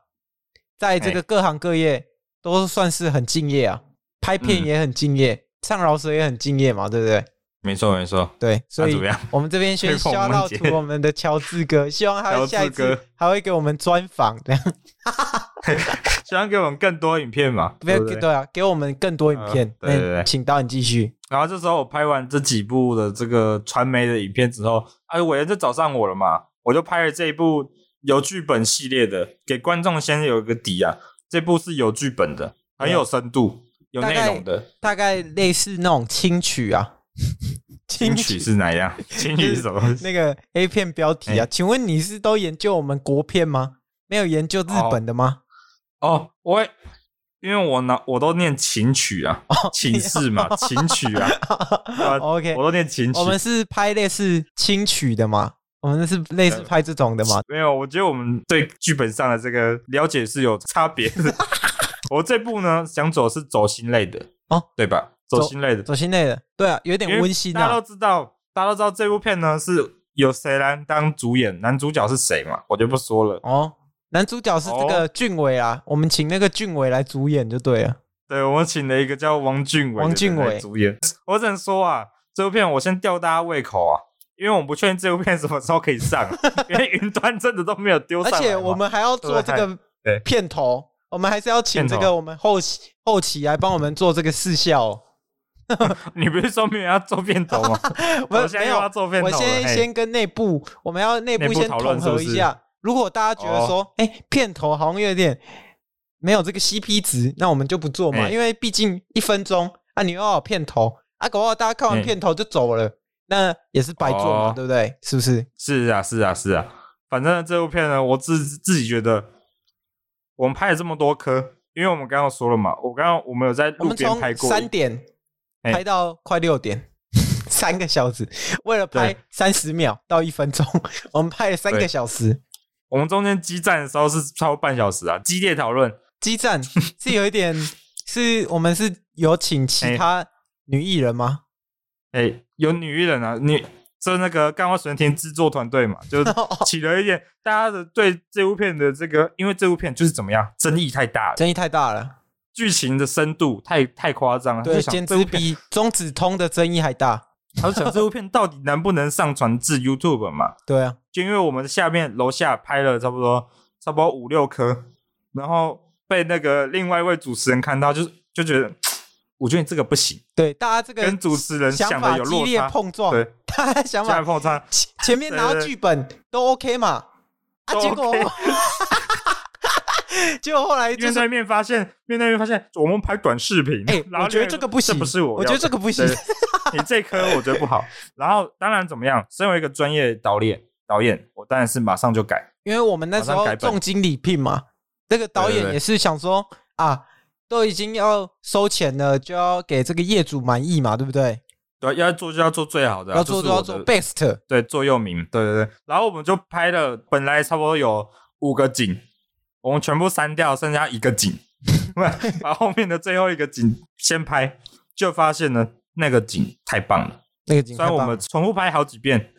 Speaker 3: 在这个
Speaker 2: 哎
Speaker 3: 各行各业都算是很敬业啊，拍片
Speaker 2: 嗯
Speaker 3: 也很敬业，唱饶舌也很敬业嘛，对不对？
Speaker 2: 没错没错，
Speaker 3: 对，所以
Speaker 2: 怎么样
Speaker 3: 我们这边先
Speaker 2: 吹捧
Speaker 3: 消
Speaker 2: 我们
Speaker 3: 到
Speaker 2: 姐
Speaker 3: 图我们的乔治哥，希望他
Speaker 2: 乔
Speaker 3: 下一
Speaker 2: 治哥
Speaker 3: 次还会给我们专访，这样
Speaker 2: 想要给我们更多影片嘛？
Speaker 3: 不要
Speaker 2: 对不
Speaker 3: 给
Speaker 2: 对
Speaker 3: 对啊，给我们更多影
Speaker 2: 呃
Speaker 3: 片。
Speaker 2: 对对
Speaker 3: 那
Speaker 2: 对
Speaker 3: 请导演继续。
Speaker 2: 然后这时候我拍完这几部的这个传媒的影片之后，哎，伟人就找上我了嘛，我就拍了这一部有剧本系列的，给观众先有一个底啊。这部是有剧本的，很有深度，有
Speaker 3: 大
Speaker 2: 内
Speaker 3: 概
Speaker 2: 容的。
Speaker 3: 大概类似那种轻曲 啊，
Speaker 2: 金曲是哪样？金曲是什么东西？
Speaker 3: 那个 A 片标题啊。
Speaker 2: 哎
Speaker 3: 请问你是都研究我们国片吗？没有研究日本的吗？
Speaker 2: 哦，我也因为我脑我都念琴曲啊，
Speaker 3: 哦
Speaker 2: 寝室嘛，琴曲 啊，啊
Speaker 3: 哎 OK
Speaker 2: 我都念琴曲
Speaker 3: 我。们是拍类似轻曲的吗？我们是类似拍这种的吗？
Speaker 2: 没有，我觉得我
Speaker 3: 嗯
Speaker 2: 们对剧本上的这个了解是有差别的。 我这部呢，想走是走心类的
Speaker 3: 哦，
Speaker 2: 对吧？走心类的，
Speaker 3: 走心类的，对啊，有点温馨
Speaker 2: 大家
Speaker 3: 啊
Speaker 2: 都。知道，大家都知道这部片呢是有谁来当主演，男主角是谁嘛，我就不说了。
Speaker 3: 哦，男主角是这
Speaker 2: 哦
Speaker 3: 个俊伟啊，我们请那个俊伟来主演就对了。
Speaker 2: 对我们请了一个叫王俊伟的人
Speaker 3: 王俊伟
Speaker 2: 来主演，我只能说啊，这部片我先吊大家胃口啊。因为我不确定这部片什么时候可以上，啊 因为云端真的都没有丢
Speaker 3: 而
Speaker 2: 上来嘛。
Speaker 3: 且我们还要做这个
Speaker 2: 对
Speaker 3: 片头，我们还是要请这
Speaker 2: 片
Speaker 3: 个
Speaker 2: 头
Speaker 3: 我们后期后期来帮我们做这个视效哦。
Speaker 2: 你不是说没有要做片头吗？
Speaker 3: 我
Speaker 2: 我现在
Speaker 3: 没
Speaker 2: 又
Speaker 3: 有
Speaker 2: 要做片头
Speaker 3: 我
Speaker 2: 了
Speaker 3: 先
Speaker 2: 嘿
Speaker 3: 先跟内部，我们要内
Speaker 2: 内
Speaker 3: 部
Speaker 2: 部
Speaker 3: 先
Speaker 2: 讨论
Speaker 3: 统合
Speaker 2: 是不
Speaker 3: 一
Speaker 2: 是
Speaker 3: 下。如果大家觉得
Speaker 2: 哦
Speaker 3: 说，哎、片头好像有点没有这个 CP 值，那我们就不做嘛，
Speaker 2: 哎
Speaker 3: 因为毕竟一分钟啊，你又要有片头啊，搞不好大家看完
Speaker 2: 哎
Speaker 3: 片头就走了，那也是白做嘛，
Speaker 2: 哦
Speaker 3: 对不对？是不是？
Speaker 2: 是啊，是啊，是啊。反正这部片呢，我自自己觉得，我们拍了这么多颗，因为我们刚刚说了嘛，我刚刚我们有在路
Speaker 3: 我们
Speaker 2: 边拍
Speaker 3: 从
Speaker 2: 过
Speaker 3: 三点
Speaker 2: 哎
Speaker 3: 拍到快六点。 三个小时，为了拍
Speaker 2: 对
Speaker 3: 三十秒到一分钟，我们拍了三个
Speaker 2: 对
Speaker 3: 小时。
Speaker 2: 我们中间激战的时候是超过半小时啊，激烈讨论。
Speaker 3: 激战是有一点，是我们是有请其他女艺人吗？
Speaker 2: 哎、有女艺人啊，你这那个干花神田制作团队嘛， 就是起了一点大家的对这部片的这个，因为这部片就是怎么样，争议太大了，
Speaker 3: 争议太大了，
Speaker 2: 剧情的深度太太夸张了。
Speaker 3: 对，
Speaker 2: 啊就想
Speaker 3: 简
Speaker 2: 这部
Speaker 3: 直
Speaker 2: 片
Speaker 3: 比中子通的争议还大。
Speaker 2: 他就想这部片到底能不能上传至 YouTube 嘛？
Speaker 3: 对啊，
Speaker 2: 就因为我们下面楼下拍了差不多差不多五六颗，然后被那个另外一位主持人看到，就是就觉得，我觉得你这个不行，
Speaker 3: 对，大家这
Speaker 2: 跟
Speaker 3: 个
Speaker 2: 主持人
Speaker 3: 想
Speaker 2: 想
Speaker 3: 法
Speaker 2: 的有
Speaker 3: 激
Speaker 2: 落
Speaker 3: 烈
Speaker 2: 差，
Speaker 3: 碰撞，
Speaker 2: 对，
Speaker 3: 大家想
Speaker 2: 这样
Speaker 3: 法
Speaker 2: 碰差，
Speaker 3: 前前面
Speaker 2: 对
Speaker 3: 拿到
Speaker 2: 对对
Speaker 3: 剧本都 OK 嘛，啊，
Speaker 2: 都
Speaker 3: 结果
Speaker 2: OK
Speaker 3: 结果后来就
Speaker 2: 面
Speaker 3: 是
Speaker 2: 对面发现，面对面发现我们拍短视频，
Speaker 3: 哎
Speaker 2: 然后
Speaker 3: 我觉
Speaker 2: 另
Speaker 3: 得
Speaker 2: 外一
Speaker 3: 这个不行
Speaker 2: 这不是我要的，
Speaker 3: 我觉得这个不行
Speaker 2: 对，你这颗我觉得不 好。然后当然怎么样，身为一个专业导演，导演我当然是马上就改，
Speaker 3: 因为我们那时
Speaker 2: 马上
Speaker 3: 候
Speaker 2: 改版
Speaker 3: 重金礼聘嘛，这个导
Speaker 2: 对对
Speaker 3: 演
Speaker 2: 对
Speaker 3: 也是想说啊，都已经要收钱了，就要给这个业主满意嘛，对不对？
Speaker 2: 对，要做就要做最好的啊，
Speaker 3: 要做
Speaker 2: 这
Speaker 3: 都
Speaker 2: 是我
Speaker 3: 要
Speaker 2: 的
Speaker 3: 做 best，
Speaker 2: 对，座右铭，对对对。然后我们就拍了，本来差不多有五个景，我们全部删掉，剩下一个景， 把后面的最后一个景先拍，就发现呢，那个景太棒了。
Speaker 3: 那个景
Speaker 2: 虽然
Speaker 3: 太棒
Speaker 2: 我
Speaker 3: 了
Speaker 2: 们重复拍好几遍，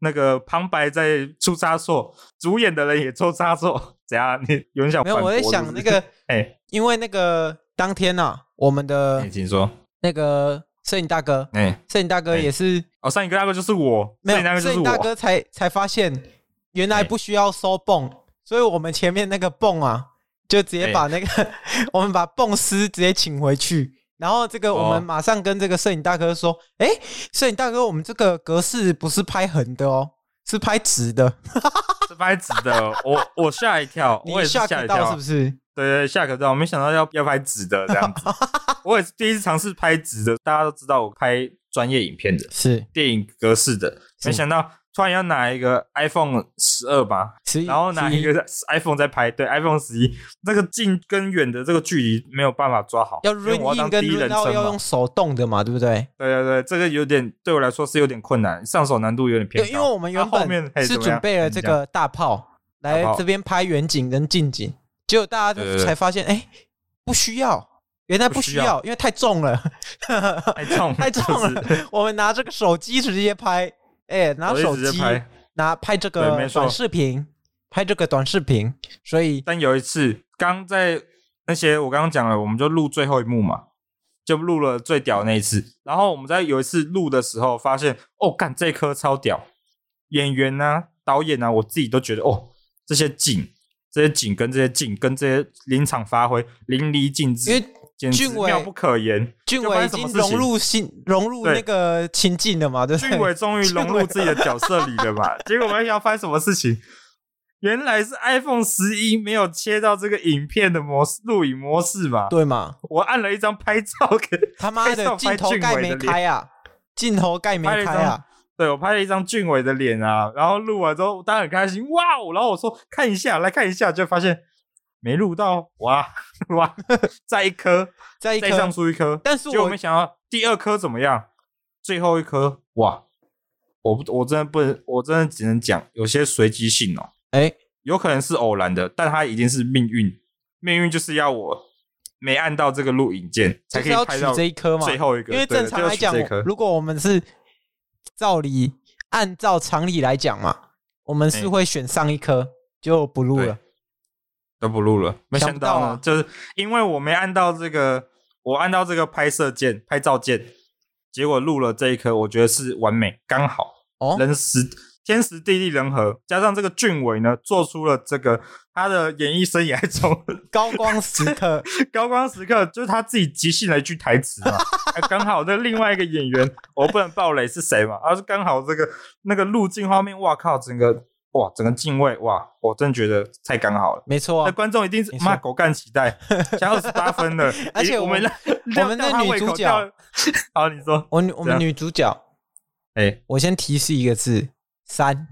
Speaker 2: 那个旁白在出差错，主演的人也出差错，怎样？你有人想
Speaker 3: 没有，
Speaker 2: 反
Speaker 3: 我在
Speaker 2: 驳
Speaker 3: 想
Speaker 2: 是不
Speaker 3: 那
Speaker 2: 是
Speaker 3: 个，
Speaker 2: 哎，
Speaker 3: 因为那个当天呐、啊，我们的
Speaker 2: 你请说，
Speaker 3: 那个摄影大哥，
Speaker 2: 哎，
Speaker 3: 摄影大哥
Speaker 2: 哎
Speaker 3: 也是
Speaker 2: 哦，上一个那个就是我，
Speaker 3: 没
Speaker 2: 上一个那
Speaker 3: 有，
Speaker 2: 个
Speaker 3: 摄
Speaker 2: 就是
Speaker 3: 影大
Speaker 2: 我，
Speaker 3: 哥才才发现原来
Speaker 2: 哎
Speaker 3: 不需要收泵，所以我们前面那个泵啊，就直接
Speaker 2: 哎
Speaker 3: 把那个 我们把泵师直接请回去。然后这个我们
Speaker 2: 哦
Speaker 3: 马上跟这个摄影大哥说，哎、摄影大哥，我们这个格式不是拍横的哦，是拍直的。
Speaker 2: 是拍直的，我我吓一跳，我
Speaker 3: 你
Speaker 2: 也是
Speaker 3: 下
Speaker 2: 吓
Speaker 3: 课
Speaker 2: 一跳
Speaker 3: 到
Speaker 2: 啊
Speaker 3: 是不。是？
Speaker 2: 对对，下课照，没想到要要拍直的这 样子。我也是第一次尝试拍直的，大家都知道我拍专业影片的、
Speaker 3: 是
Speaker 2: 电影格式的，
Speaker 3: 是
Speaker 2: 没想到突然要拿一个 iPhone 十二吧，
Speaker 3: 十一，
Speaker 2: 然后拿
Speaker 3: 十
Speaker 2: 一个 iPhone 在拍，对 iPhone 十一，那个近跟远的这个距离没有办法抓好，
Speaker 3: 要
Speaker 2: 因为
Speaker 3: run
Speaker 2: 我要
Speaker 3: in
Speaker 2: 当
Speaker 3: 跟
Speaker 2: 第一
Speaker 3: run
Speaker 2: 人
Speaker 3: out
Speaker 2: 称
Speaker 3: 要
Speaker 2: 嘛
Speaker 3: 用。手动的嘛，对不对？
Speaker 2: 对对对，这个有点对我来说是有点困难，上手难度有点偏
Speaker 3: 对，
Speaker 2: 高。
Speaker 3: 因为我们原
Speaker 2: 啊后面
Speaker 3: 本
Speaker 2: 嘿
Speaker 3: 是
Speaker 2: 怎么
Speaker 3: 准
Speaker 2: 样哦
Speaker 3: 备了
Speaker 2: 你
Speaker 3: 这
Speaker 2: 讲
Speaker 3: 个大炮来
Speaker 2: 大炮
Speaker 3: 这边拍远景跟近景，结果大家
Speaker 2: 对
Speaker 3: 就
Speaker 2: 对对
Speaker 3: 才发现，哎，不需要，原来
Speaker 2: 不
Speaker 3: 不
Speaker 2: 需
Speaker 3: 需
Speaker 2: 要
Speaker 3: 要，因为太重了，
Speaker 2: 太重了，
Speaker 3: 太重
Speaker 2: 就
Speaker 3: 了
Speaker 2: 是。
Speaker 3: 我们拿这个手机直接拍，哎，拿手
Speaker 2: 我一直在
Speaker 3: 机
Speaker 2: 拍。
Speaker 3: 拿拍这
Speaker 2: 对
Speaker 3: 个
Speaker 2: 没错
Speaker 3: 短视频，拍这个短视频，所以
Speaker 2: 但有一次，刚在那些我刚刚讲了，我们就录最后一幕嘛，就录了最屌那一次。然后我们在有一次录的时候，发现哦，干这颗超屌，演员呐、导演呐、啊我自己都觉得哦，这些景、这些景跟这些景跟这些临场发挥淋漓尽致，
Speaker 3: 因为
Speaker 2: 简直
Speaker 3: 俊伟
Speaker 2: 妙不可 言。
Speaker 3: 俊
Speaker 2: 就发
Speaker 3: 伟已
Speaker 2: 生什
Speaker 3: 经
Speaker 2: 么事
Speaker 3: 融
Speaker 2: 情
Speaker 3: 入新融入
Speaker 2: 对
Speaker 3: 那个情境了嘛，对不
Speaker 2: 俊
Speaker 3: 对？
Speaker 2: 伟终于融入自己的角色里了吧？结果我们要发生什么事情？原来是 iPhone 十一没有切到这个影片的模式录影模式嘛？
Speaker 3: 对嘛？
Speaker 2: 我按了一张拍照给，
Speaker 3: 他妈
Speaker 2: 拍照
Speaker 3: 的镜头盖没开啊，镜头盖没开
Speaker 2: 拍了一张
Speaker 3: 啊，
Speaker 2: 对我拍了一张俊伟的脸啊，然后录完之后大家很开心，哇哦！然后我说看一下，来看一下，就发现没录到，哇 哇，再一颗，
Speaker 3: 再一
Speaker 2: 再上
Speaker 3: 颗。
Speaker 2: 出一颗，
Speaker 3: 但是
Speaker 2: 结果
Speaker 3: 我
Speaker 2: 没想到第二颗怎么样，最后一颗哇，我不我真的不能，我真的只能讲有些随机性哦，
Speaker 3: 哎，
Speaker 2: 有可能是偶然的，但它一定是命运，命运就是要我没按到这个录影键才可
Speaker 3: 就是
Speaker 2: 以
Speaker 3: 要
Speaker 2: 拍
Speaker 3: 取
Speaker 2: 到
Speaker 3: 这一颗嘛，
Speaker 2: 最后一个，
Speaker 3: 因为
Speaker 2: 对
Speaker 3: 正常来讲
Speaker 2: 就要取这一颗，
Speaker 3: 如果我们是照理按照常理来讲嘛，我们是
Speaker 2: 哎
Speaker 3: 会选上一颗就不录了。
Speaker 2: 都不录了，没
Speaker 3: 想
Speaker 2: 想
Speaker 3: 不到
Speaker 2: 到呢，
Speaker 3: 啊
Speaker 2: 就是因为我没按到这个，我按到这个拍摄键、拍照键，结果录了这一颗，我觉得是完美，刚好
Speaker 3: 哦，
Speaker 2: 人时天时地利人和，加上这个俊伟呢，做出了这个他的演艺生涯中
Speaker 3: 高光时刻，
Speaker 2: 高光时刻，就是他自己即兴的一句台词嘛，啊刚好那另外一个演员，我不能爆雷是谁嘛，而是刚好这个那个入镜画面，哇靠，整个哇整个敬畏，哇，我真觉得太刚好了。
Speaker 3: 没错
Speaker 2: 那
Speaker 3: 啊。
Speaker 2: 观众一定是
Speaker 3: 没错，
Speaker 2: 妈狗干期待，加二十八分了
Speaker 3: 而
Speaker 2: 一
Speaker 3: 且
Speaker 2: 定
Speaker 3: 我
Speaker 2: 我
Speaker 3: 们
Speaker 2: 们
Speaker 3: 我们那女主角，
Speaker 2: 吊吊他胃口吊 好，你说，
Speaker 3: 我女我
Speaker 2: 怎
Speaker 3: 们
Speaker 2: 样
Speaker 3: 女主角，
Speaker 2: 哎，
Speaker 3: 我先提示一个字：三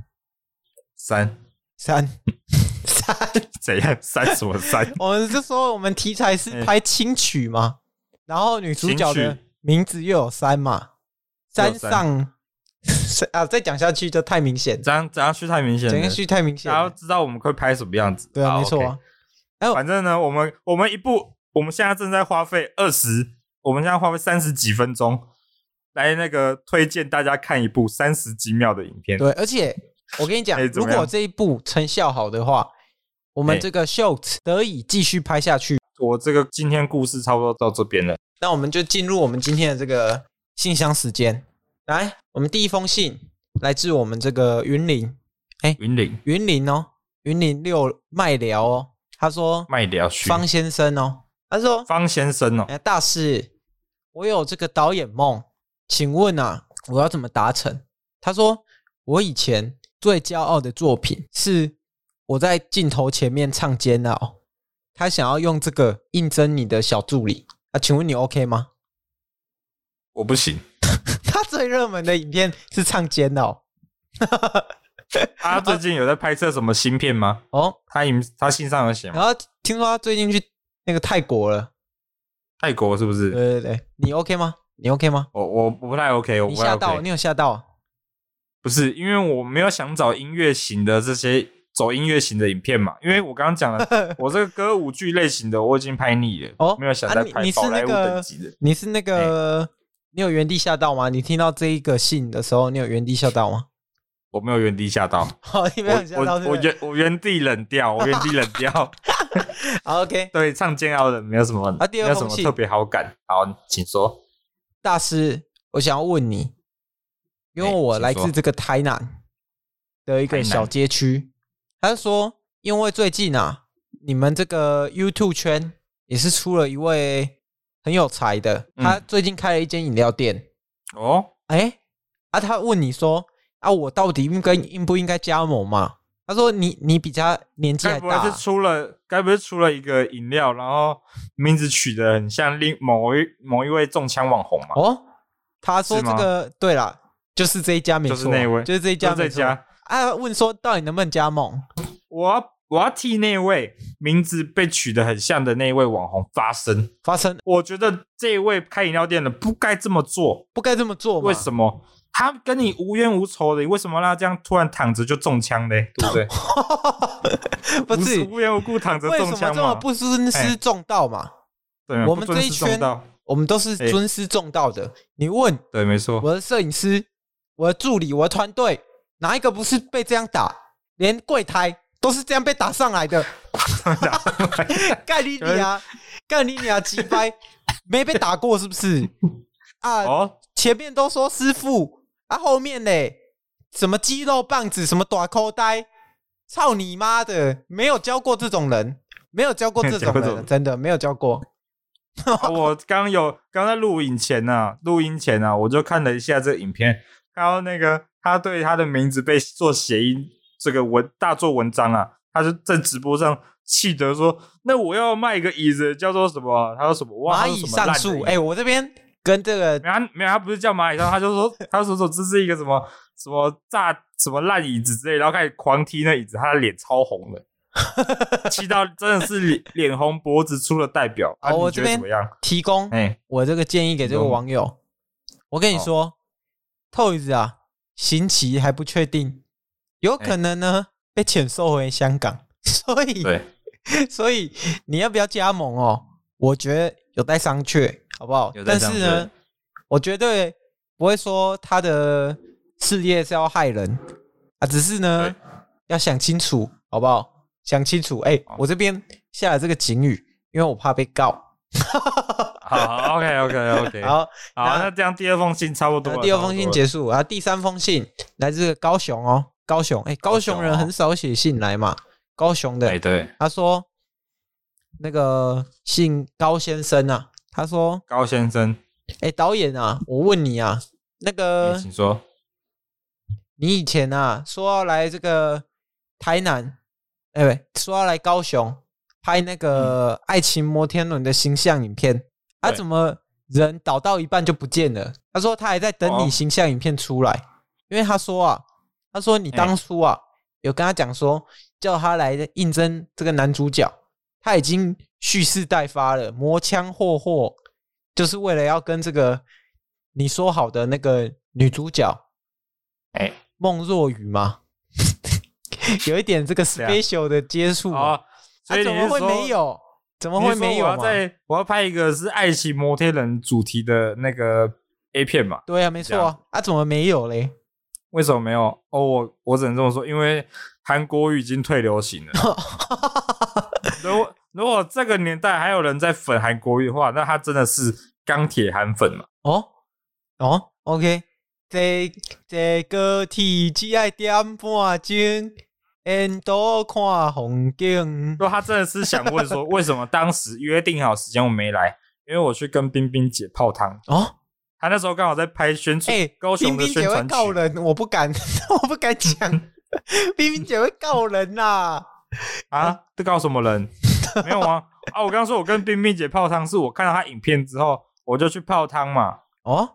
Speaker 2: 三
Speaker 3: 三 三。
Speaker 2: 怎样？三什么 三？
Speaker 3: 我们就说我们题材是
Speaker 2: 哎
Speaker 3: 拍轻曲嘛，然后女主角
Speaker 2: 轻
Speaker 3: 的
Speaker 2: 曲
Speaker 3: 名字又有三嘛，
Speaker 2: 又有
Speaker 3: 三上 啊，再讲下去就太明显了，
Speaker 2: 怎样怎样去太明显
Speaker 3: 讲下
Speaker 2: 了，
Speaker 3: 去太明显
Speaker 2: 大家
Speaker 3: 了。
Speaker 2: 知道我们会拍什么样子。
Speaker 3: 对啊，
Speaker 2: 好
Speaker 3: 没错啊
Speaker 2: OK。反正呢，我们我们一部，我们现在正在花费二十，我们现在花费三十几分钟来那个推荐大家看一部三十几秒的影片。
Speaker 3: 对，而且我跟你讲，
Speaker 2: 哎怎
Speaker 3: 如
Speaker 2: 么样
Speaker 3: 果这一部成效好的话，我们
Speaker 2: 哎
Speaker 3: 这个 short 得以继续拍下去，
Speaker 2: 我这个今天故事差不多到这边了。
Speaker 3: 那我们就进入我们今天的这个信箱时间。来，我们第一封信来自我们这个云林，
Speaker 2: 云岭
Speaker 3: 云林哦，云林六麦寮哦，他说
Speaker 2: 麦聊区
Speaker 3: 方先生哦，他说
Speaker 2: 方先生哦，
Speaker 3: 哎，大师，我有这个导演梦，请问啊，我要怎么达成？他说，我以前最骄傲的作品是我在镜头前面唱煎熬，他想要用这个应征你的小助理啊，请问你 OK 吗？
Speaker 2: 我不行。
Speaker 3: 他最热门的影片是唱煎熬
Speaker 2: 他最近有在拍摄什么新片吗？
Speaker 3: 哦，
Speaker 2: 他影他信上有写吗？
Speaker 3: 然后听说他最近去那个泰国了，
Speaker 2: 泰国是不
Speaker 3: 对
Speaker 2: 是？
Speaker 3: 对对，你 OK 吗？你 OK 吗？
Speaker 2: 我我我不太 OK，我
Speaker 3: 你
Speaker 2: 不太
Speaker 3: 吓到，你
Speaker 2: OK。
Speaker 3: 有吓到？啊
Speaker 2: 不是因为我没有想找音乐型的这些走音乐型的影片嘛，因为我刚刚讲 了，我这个歌舞剧类型的我已经拍腻了，
Speaker 3: 哦
Speaker 2: 没有想
Speaker 3: 啊
Speaker 2: 再
Speaker 3: 你
Speaker 2: 拍
Speaker 3: 你是
Speaker 2: 宝莱
Speaker 3: 那
Speaker 2: 坞
Speaker 3: 个
Speaker 2: 等级的。
Speaker 3: 你是那个，
Speaker 2: 哎
Speaker 3: 你有原地吓到吗？你听到这一个信的时候，你有原地吓到吗？
Speaker 2: 我没有原地吓到，
Speaker 3: 好，你没有吓
Speaker 2: 我
Speaker 3: 到
Speaker 2: 我
Speaker 3: 是
Speaker 2: 我
Speaker 3: 不是
Speaker 2: 原我原地冷掉，我原地冷 掉。
Speaker 3: 好，OK，
Speaker 2: 对，唱煎熬的没有什么，
Speaker 3: 啊
Speaker 2: 没
Speaker 3: 第二
Speaker 2: 有什
Speaker 3: 封
Speaker 2: 么
Speaker 3: 信
Speaker 2: 特别好感。好，请说。
Speaker 3: 大师，我想要问你，因为
Speaker 2: 哎
Speaker 3: 我
Speaker 2: 请
Speaker 3: 来
Speaker 2: 说
Speaker 3: 自这个台南的一
Speaker 2: 台
Speaker 3: 个
Speaker 2: 南
Speaker 3: 小街区，他说，因为最近啊，你们这个 YouTube 圈也是出了一位很有才的，
Speaker 2: 嗯
Speaker 3: 他最近开了一间饮料店，
Speaker 2: 哦，
Speaker 3: 哎、啊，他问你说，啊，我到底应该应不应该加盟嘛？他说你你比他年纪
Speaker 2: 该
Speaker 3: 还
Speaker 2: 不
Speaker 3: 大啊、
Speaker 2: 会是出了，该不会出了一个饮料，然后名字取得很像另某一某一位中枪网红嘛？
Speaker 3: 哦，他说
Speaker 2: 是
Speaker 3: 这
Speaker 2: 吗
Speaker 3: 个对啦，就是这一家没错，啊
Speaker 2: 就是那位
Speaker 3: 就是这一
Speaker 2: 就
Speaker 3: 家
Speaker 2: 这
Speaker 3: 没错。
Speaker 2: 家，
Speaker 3: 啊，问说到底能不能加盟？
Speaker 2: 我要我要替那位名字被取得很像的那位网红发声。
Speaker 3: 发生
Speaker 2: 我觉得这位开饮料店的不该这么做，
Speaker 3: 不该这么哦做嘛？
Speaker 2: 为什么？他跟你无冤无仇的，你为什么让他这样突然躺着就中枪嘞？对不对？
Speaker 3: 么？ 不是
Speaker 2: 是无缘无故躺着
Speaker 3: 为什
Speaker 2: 中
Speaker 3: 么
Speaker 2: 枪
Speaker 3: 这么
Speaker 2: 嘛？
Speaker 3: 不尊师
Speaker 2: 哎
Speaker 3: 重道嘛？
Speaker 2: 对，
Speaker 3: 我们
Speaker 2: 不尊
Speaker 3: 这一
Speaker 2: 师重
Speaker 3: 圈
Speaker 2: 道
Speaker 3: 我们都是
Speaker 2: 哎
Speaker 3: 尊师重道的。你问
Speaker 2: 对，没错。
Speaker 3: 我的摄影师、我的助理、我的团队，哪一个不是被这样打？连柜台都是这样被打上来的。 干你你啊，干你你啊，鸡掰，没被打过是不是？ 啊，
Speaker 2: 哦，
Speaker 3: 前面都说师傅，啊，后面嘞，什么肌肉棒子，什么短口袋，操你妈的，没有教过这种人，没有教过这
Speaker 2: 教
Speaker 3: 种
Speaker 2: 过这种
Speaker 3: 人，真的没有教过。
Speaker 2: 啊我刚有刚在录影前呢、啊，录音前呢、啊，我就看了一下这个影片，看到那个他对他的名字被做谐音，这个文大做文章啊，他就在直播上气得说：“那我要卖一个椅子，叫做什么？”啊他说什么？哇，
Speaker 3: 蚂蚁
Speaker 2: 他说
Speaker 3: 上
Speaker 2: 什么烂
Speaker 3: 树，
Speaker 2: 的
Speaker 3: 哎、我这边跟这个
Speaker 2: 没有他没有，他不是叫蚂蚁上，他就说他说说这是一个什么什么炸什么烂椅子之类，然后开始狂踢那椅子，他的脸超红 的，气到真的是脸脸红脖子粗的代表。啊，
Speaker 3: 哦我
Speaker 2: 你觉
Speaker 3: 这
Speaker 2: 得
Speaker 3: 边
Speaker 2: 怎么样？
Speaker 3: 提供
Speaker 2: 哎、
Speaker 3: 我这个建议给这个网友，我跟你说，Toys 啊，刑期还不确定，有
Speaker 2: 哎
Speaker 3: 可能呢被遣送回香港， 所以
Speaker 2: 对，
Speaker 3: 所以你要不要加盟哦？我觉得有待商榷，好不好
Speaker 2: 有？待
Speaker 3: 但
Speaker 2: 商
Speaker 3: 是
Speaker 2: 榷
Speaker 3: 呢，我绝对不会说他的事业是要害人啊，只是呢
Speaker 2: 对
Speaker 3: 要想清楚，好不好？想清楚，哎、我这边下了这个警语，因为我怕被告。
Speaker 2: 好，OK OK OK，好，
Speaker 3: 好，那
Speaker 2: 那这样第二封信差不多
Speaker 3: 那
Speaker 2: 了，
Speaker 3: 第二封信
Speaker 2: 结
Speaker 3: 结束，然后第三封信来自高雄哦，高雄，哎、高雄人
Speaker 2: 高雄哦
Speaker 3: 很少写信来嘛，高雄的，
Speaker 2: 哎、对，
Speaker 3: 他说那个姓高先生啊，他说，
Speaker 2: 高先生，
Speaker 3: 哎、导演啊，我问你啊，那
Speaker 2: 你
Speaker 3: 个
Speaker 2: 请说。
Speaker 3: 你以前啊说要来这个台南，哎、不对，说要来高雄拍那个《爱情摩天轮》的形象影片，他、
Speaker 2: 嗯
Speaker 3: 啊、
Speaker 2: 对
Speaker 3: 怎么人倒到一半就不见了？他说他还在等
Speaker 2: 哦
Speaker 3: 你形象影片出来，因为他说啊，他说你当初啊、有跟他讲说叫他来应征这个男主角，他已经蓄势待发了，磨枪霍霍，就是为了要跟这个你说好的那个女主角
Speaker 2: 哎，
Speaker 3: 孟若雨 吗？有一点这个
Speaker 2: 样
Speaker 3: special 的接触嘛，
Speaker 2: 啊哦，所以
Speaker 3: 啊、怎
Speaker 2: 你
Speaker 3: 么
Speaker 2: 是
Speaker 3: 会
Speaker 2: 说
Speaker 3: 没？有？怎么
Speaker 2: 你
Speaker 3: 会
Speaker 2: 是说
Speaker 3: 没有
Speaker 2: 我要
Speaker 3: 嘛？
Speaker 2: 在我要拍一个是爱情摩天轮主题的那个 A 片嘛？
Speaker 3: 对啊，没错
Speaker 2: 这
Speaker 3: 啊
Speaker 2: 样，
Speaker 3: 啊怎么没有嘞？
Speaker 2: 为什么没有？哦，我我只能这么说，因为韩国语已经退流 行了。如果如果这个年代还有人在粉韩国语的话，那他真的是钢铁韩粉嘛？
Speaker 3: 哦哦，OK，这这个天只爱点半钟，沿途看风景
Speaker 2: 如。果他真的是想问说，为什么当时约定好时间我没来？因为我去跟冰冰姐泡汤，
Speaker 3: 哦，
Speaker 2: 她那时候刚好在拍宣传，
Speaker 3: 哎、
Speaker 2: 高
Speaker 3: 冰
Speaker 2: 雄的
Speaker 3: 冰
Speaker 2: 宣
Speaker 3: 姐会
Speaker 2: 传曲。
Speaker 3: 告人，我不敢， 我不敢 讲。冰冰姐会告人呐、
Speaker 2: 啊，这告什么人？没有啊啊！我刚刚说我跟冰冰姐泡汤，是我看到她影片之后，我就去泡汤嘛。
Speaker 3: 哦，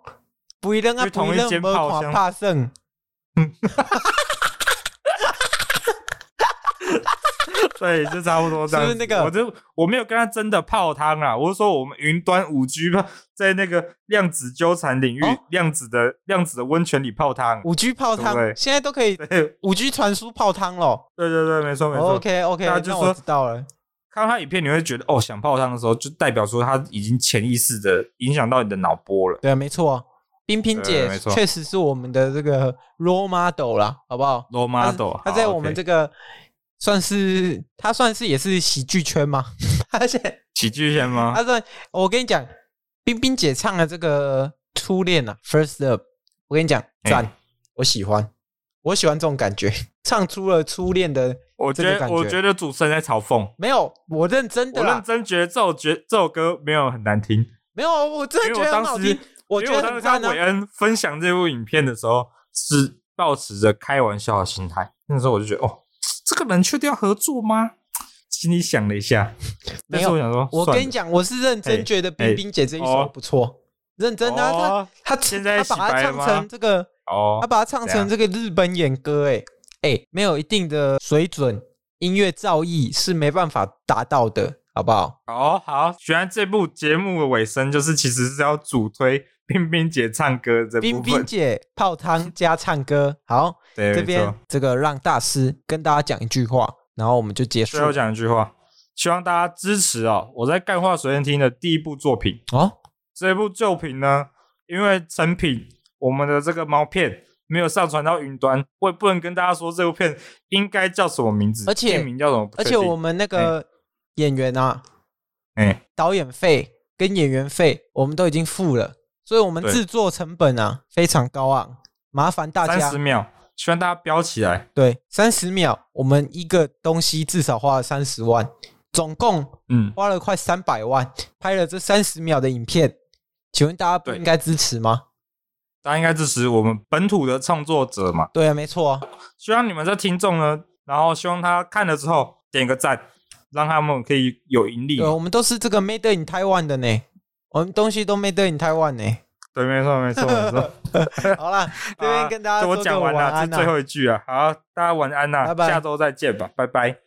Speaker 3: 不一定啊，
Speaker 2: 去
Speaker 3: 不
Speaker 2: 同
Speaker 3: 一
Speaker 2: 一
Speaker 3: 定
Speaker 2: 间
Speaker 3: 没
Speaker 2: 炮
Speaker 3: 看
Speaker 2: 箱
Speaker 3: 怕胜。
Speaker 2: 对，就差不多这样子。
Speaker 3: 是不是那个
Speaker 2: 我就我没有跟她真的泡汤啊，我是说我们云端五 G 吧，在那个量子纠缠领域，
Speaker 3: 哦
Speaker 2: 量子的量子的温泉里泡汤。
Speaker 3: 五 G 泡
Speaker 2: 对
Speaker 3: 汤
Speaker 2: 不对
Speaker 3: 现在都可以
Speaker 2: 对对
Speaker 3: 五 G 传输泡汤咯。
Speaker 2: 对对，没错没错。
Speaker 3: OK OK，
Speaker 2: 大家就
Speaker 3: 那
Speaker 2: 说
Speaker 3: 我知道了。
Speaker 2: 看到她影片，你会觉得哦，想泡汤的时候，就代表说她已经潜意识的影响到你的脑波了。
Speaker 3: 对啊，没错，冰冰
Speaker 2: 对
Speaker 3: 姐
Speaker 2: 没错
Speaker 3: 确实是我们的这个 role model 啦，好不好
Speaker 2: role
Speaker 3: 她
Speaker 2: model，好
Speaker 3: 她在我们
Speaker 2: OK
Speaker 3: 这个算是她算是也是喜剧圈 嘛，而且
Speaker 2: 喜剧圈吗？
Speaker 3: 她算我跟你讲，冰冰姐唱的这个初恋啊，First Love，我跟你讲
Speaker 2: 哎
Speaker 3: 赞，我喜欢，我喜欢这种感觉，唱出了初恋的
Speaker 2: 我
Speaker 3: 这
Speaker 2: 觉
Speaker 3: 个
Speaker 2: 得
Speaker 3: 感
Speaker 2: 我
Speaker 3: 觉
Speaker 2: 觉得主持人在嘲讽。
Speaker 3: 没有，我认真的啊
Speaker 2: 我认
Speaker 3: 啦，
Speaker 2: 真觉得这首觉这首歌没有很难听，
Speaker 3: 没有，我真的
Speaker 2: 因为
Speaker 3: 觉
Speaker 2: 我
Speaker 3: 得很
Speaker 2: 当
Speaker 3: 好
Speaker 2: 时
Speaker 3: 听，我觉
Speaker 2: 因为
Speaker 3: 得
Speaker 2: 当
Speaker 3: 很
Speaker 2: 时看
Speaker 3: 赞
Speaker 2: 韦
Speaker 3: 啊，
Speaker 2: 恩分享这部影片的时候，是抱持着开玩笑的心态。那时候我就觉得，哦，这个人确定要合作吗？心里想了一下，
Speaker 3: 没
Speaker 2: 但
Speaker 3: 有
Speaker 2: 是我想说，
Speaker 3: 我
Speaker 2: 算
Speaker 3: 跟
Speaker 2: 了
Speaker 3: 你，讲，我是认真
Speaker 2: 哎
Speaker 3: 觉得冰
Speaker 2: 哎
Speaker 3: 冰姐这一首
Speaker 2: 哦
Speaker 3: 不错，认真的啊，她
Speaker 2: 哦
Speaker 3: 他
Speaker 2: 现在
Speaker 3: 他把
Speaker 2: 洗
Speaker 3: 它
Speaker 2: 白
Speaker 3: 唱
Speaker 2: 了吗
Speaker 3: 成这个，他
Speaker 2: 哦，
Speaker 3: 把它唱
Speaker 2: 怎
Speaker 3: 成
Speaker 2: 样
Speaker 3: 这个日本演歌、欸，哎哎，没有一定的水准，音乐造诣是没办法达到的，好不好？
Speaker 2: 哦，好，原来这部节目的尾声就是其实是要主推 冰冰姐唱歌这
Speaker 3: 冰
Speaker 2: 部
Speaker 3: 冰
Speaker 2: 分，
Speaker 3: 姐泡汤加唱歌，好，
Speaker 2: 对，
Speaker 3: 这
Speaker 2: 没
Speaker 3: 边
Speaker 2: 错
Speaker 3: 这个让大师跟大家讲一句话，然后我们就结束
Speaker 2: 最。后讲一句话，希望大家支持哦，我在干话随便听的第一部作品。
Speaker 3: 哦，
Speaker 2: 这部作品呢，因为成品我们的这个毛片没有上传到云端，我也不能跟大家说这部片应该叫什么名字，
Speaker 3: 而且
Speaker 2: 片名叫什么不
Speaker 3: 而
Speaker 2: 确
Speaker 3: 且
Speaker 2: 定，
Speaker 3: 我们那个演员啊，
Speaker 2: 哎、
Speaker 3: 导演费跟演员费我们都已经付了，所以我们
Speaker 2: 对
Speaker 3: 制作成本啊非常高昂，麻烦大家
Speaker 2: 三十秒，希望大家标起来。
Speaker 3: 对，三十秒，我们一个东西至少花了三十万，总共
Speaker 2: 嗯，
Speaker 3: 花了快三百万，拍了这三十秒的影片，请问大家不
Speaker 2: 对
Speaker 3: 应该支持吗？
Speaker 2: 大家应该支持我们本土的创作者嘛？
Speaker 3: 对啊，没错啊，
Speaker 2: 希望你们这听众呢，然后希望他看了之后点个赞，让他们可以有盈利
Speaker 3: 对，。啊我们都是这个 Made in Taiwan 的呢，我们东西都 Made in Taiwan 呢。
Speaker 2: 对，没错， 没错，没错。
Speaker 3: 好啦，这边跟大
Speaker 2: 啊这
Speaker 3: 家说
Speaker 2: 我
Speaker 3: 个
Speaker 2: 讲完
Speaker 3: 晚
Speaker 2: 了，
Speaker 3: 安
Speaker 2: 这
Speaker 3: 啦
Speaker 2: 最后一句啊。好，大家晚安啦，
Speaker 3: 拜拜
Speaker 2: 下周再见吧，拜拜。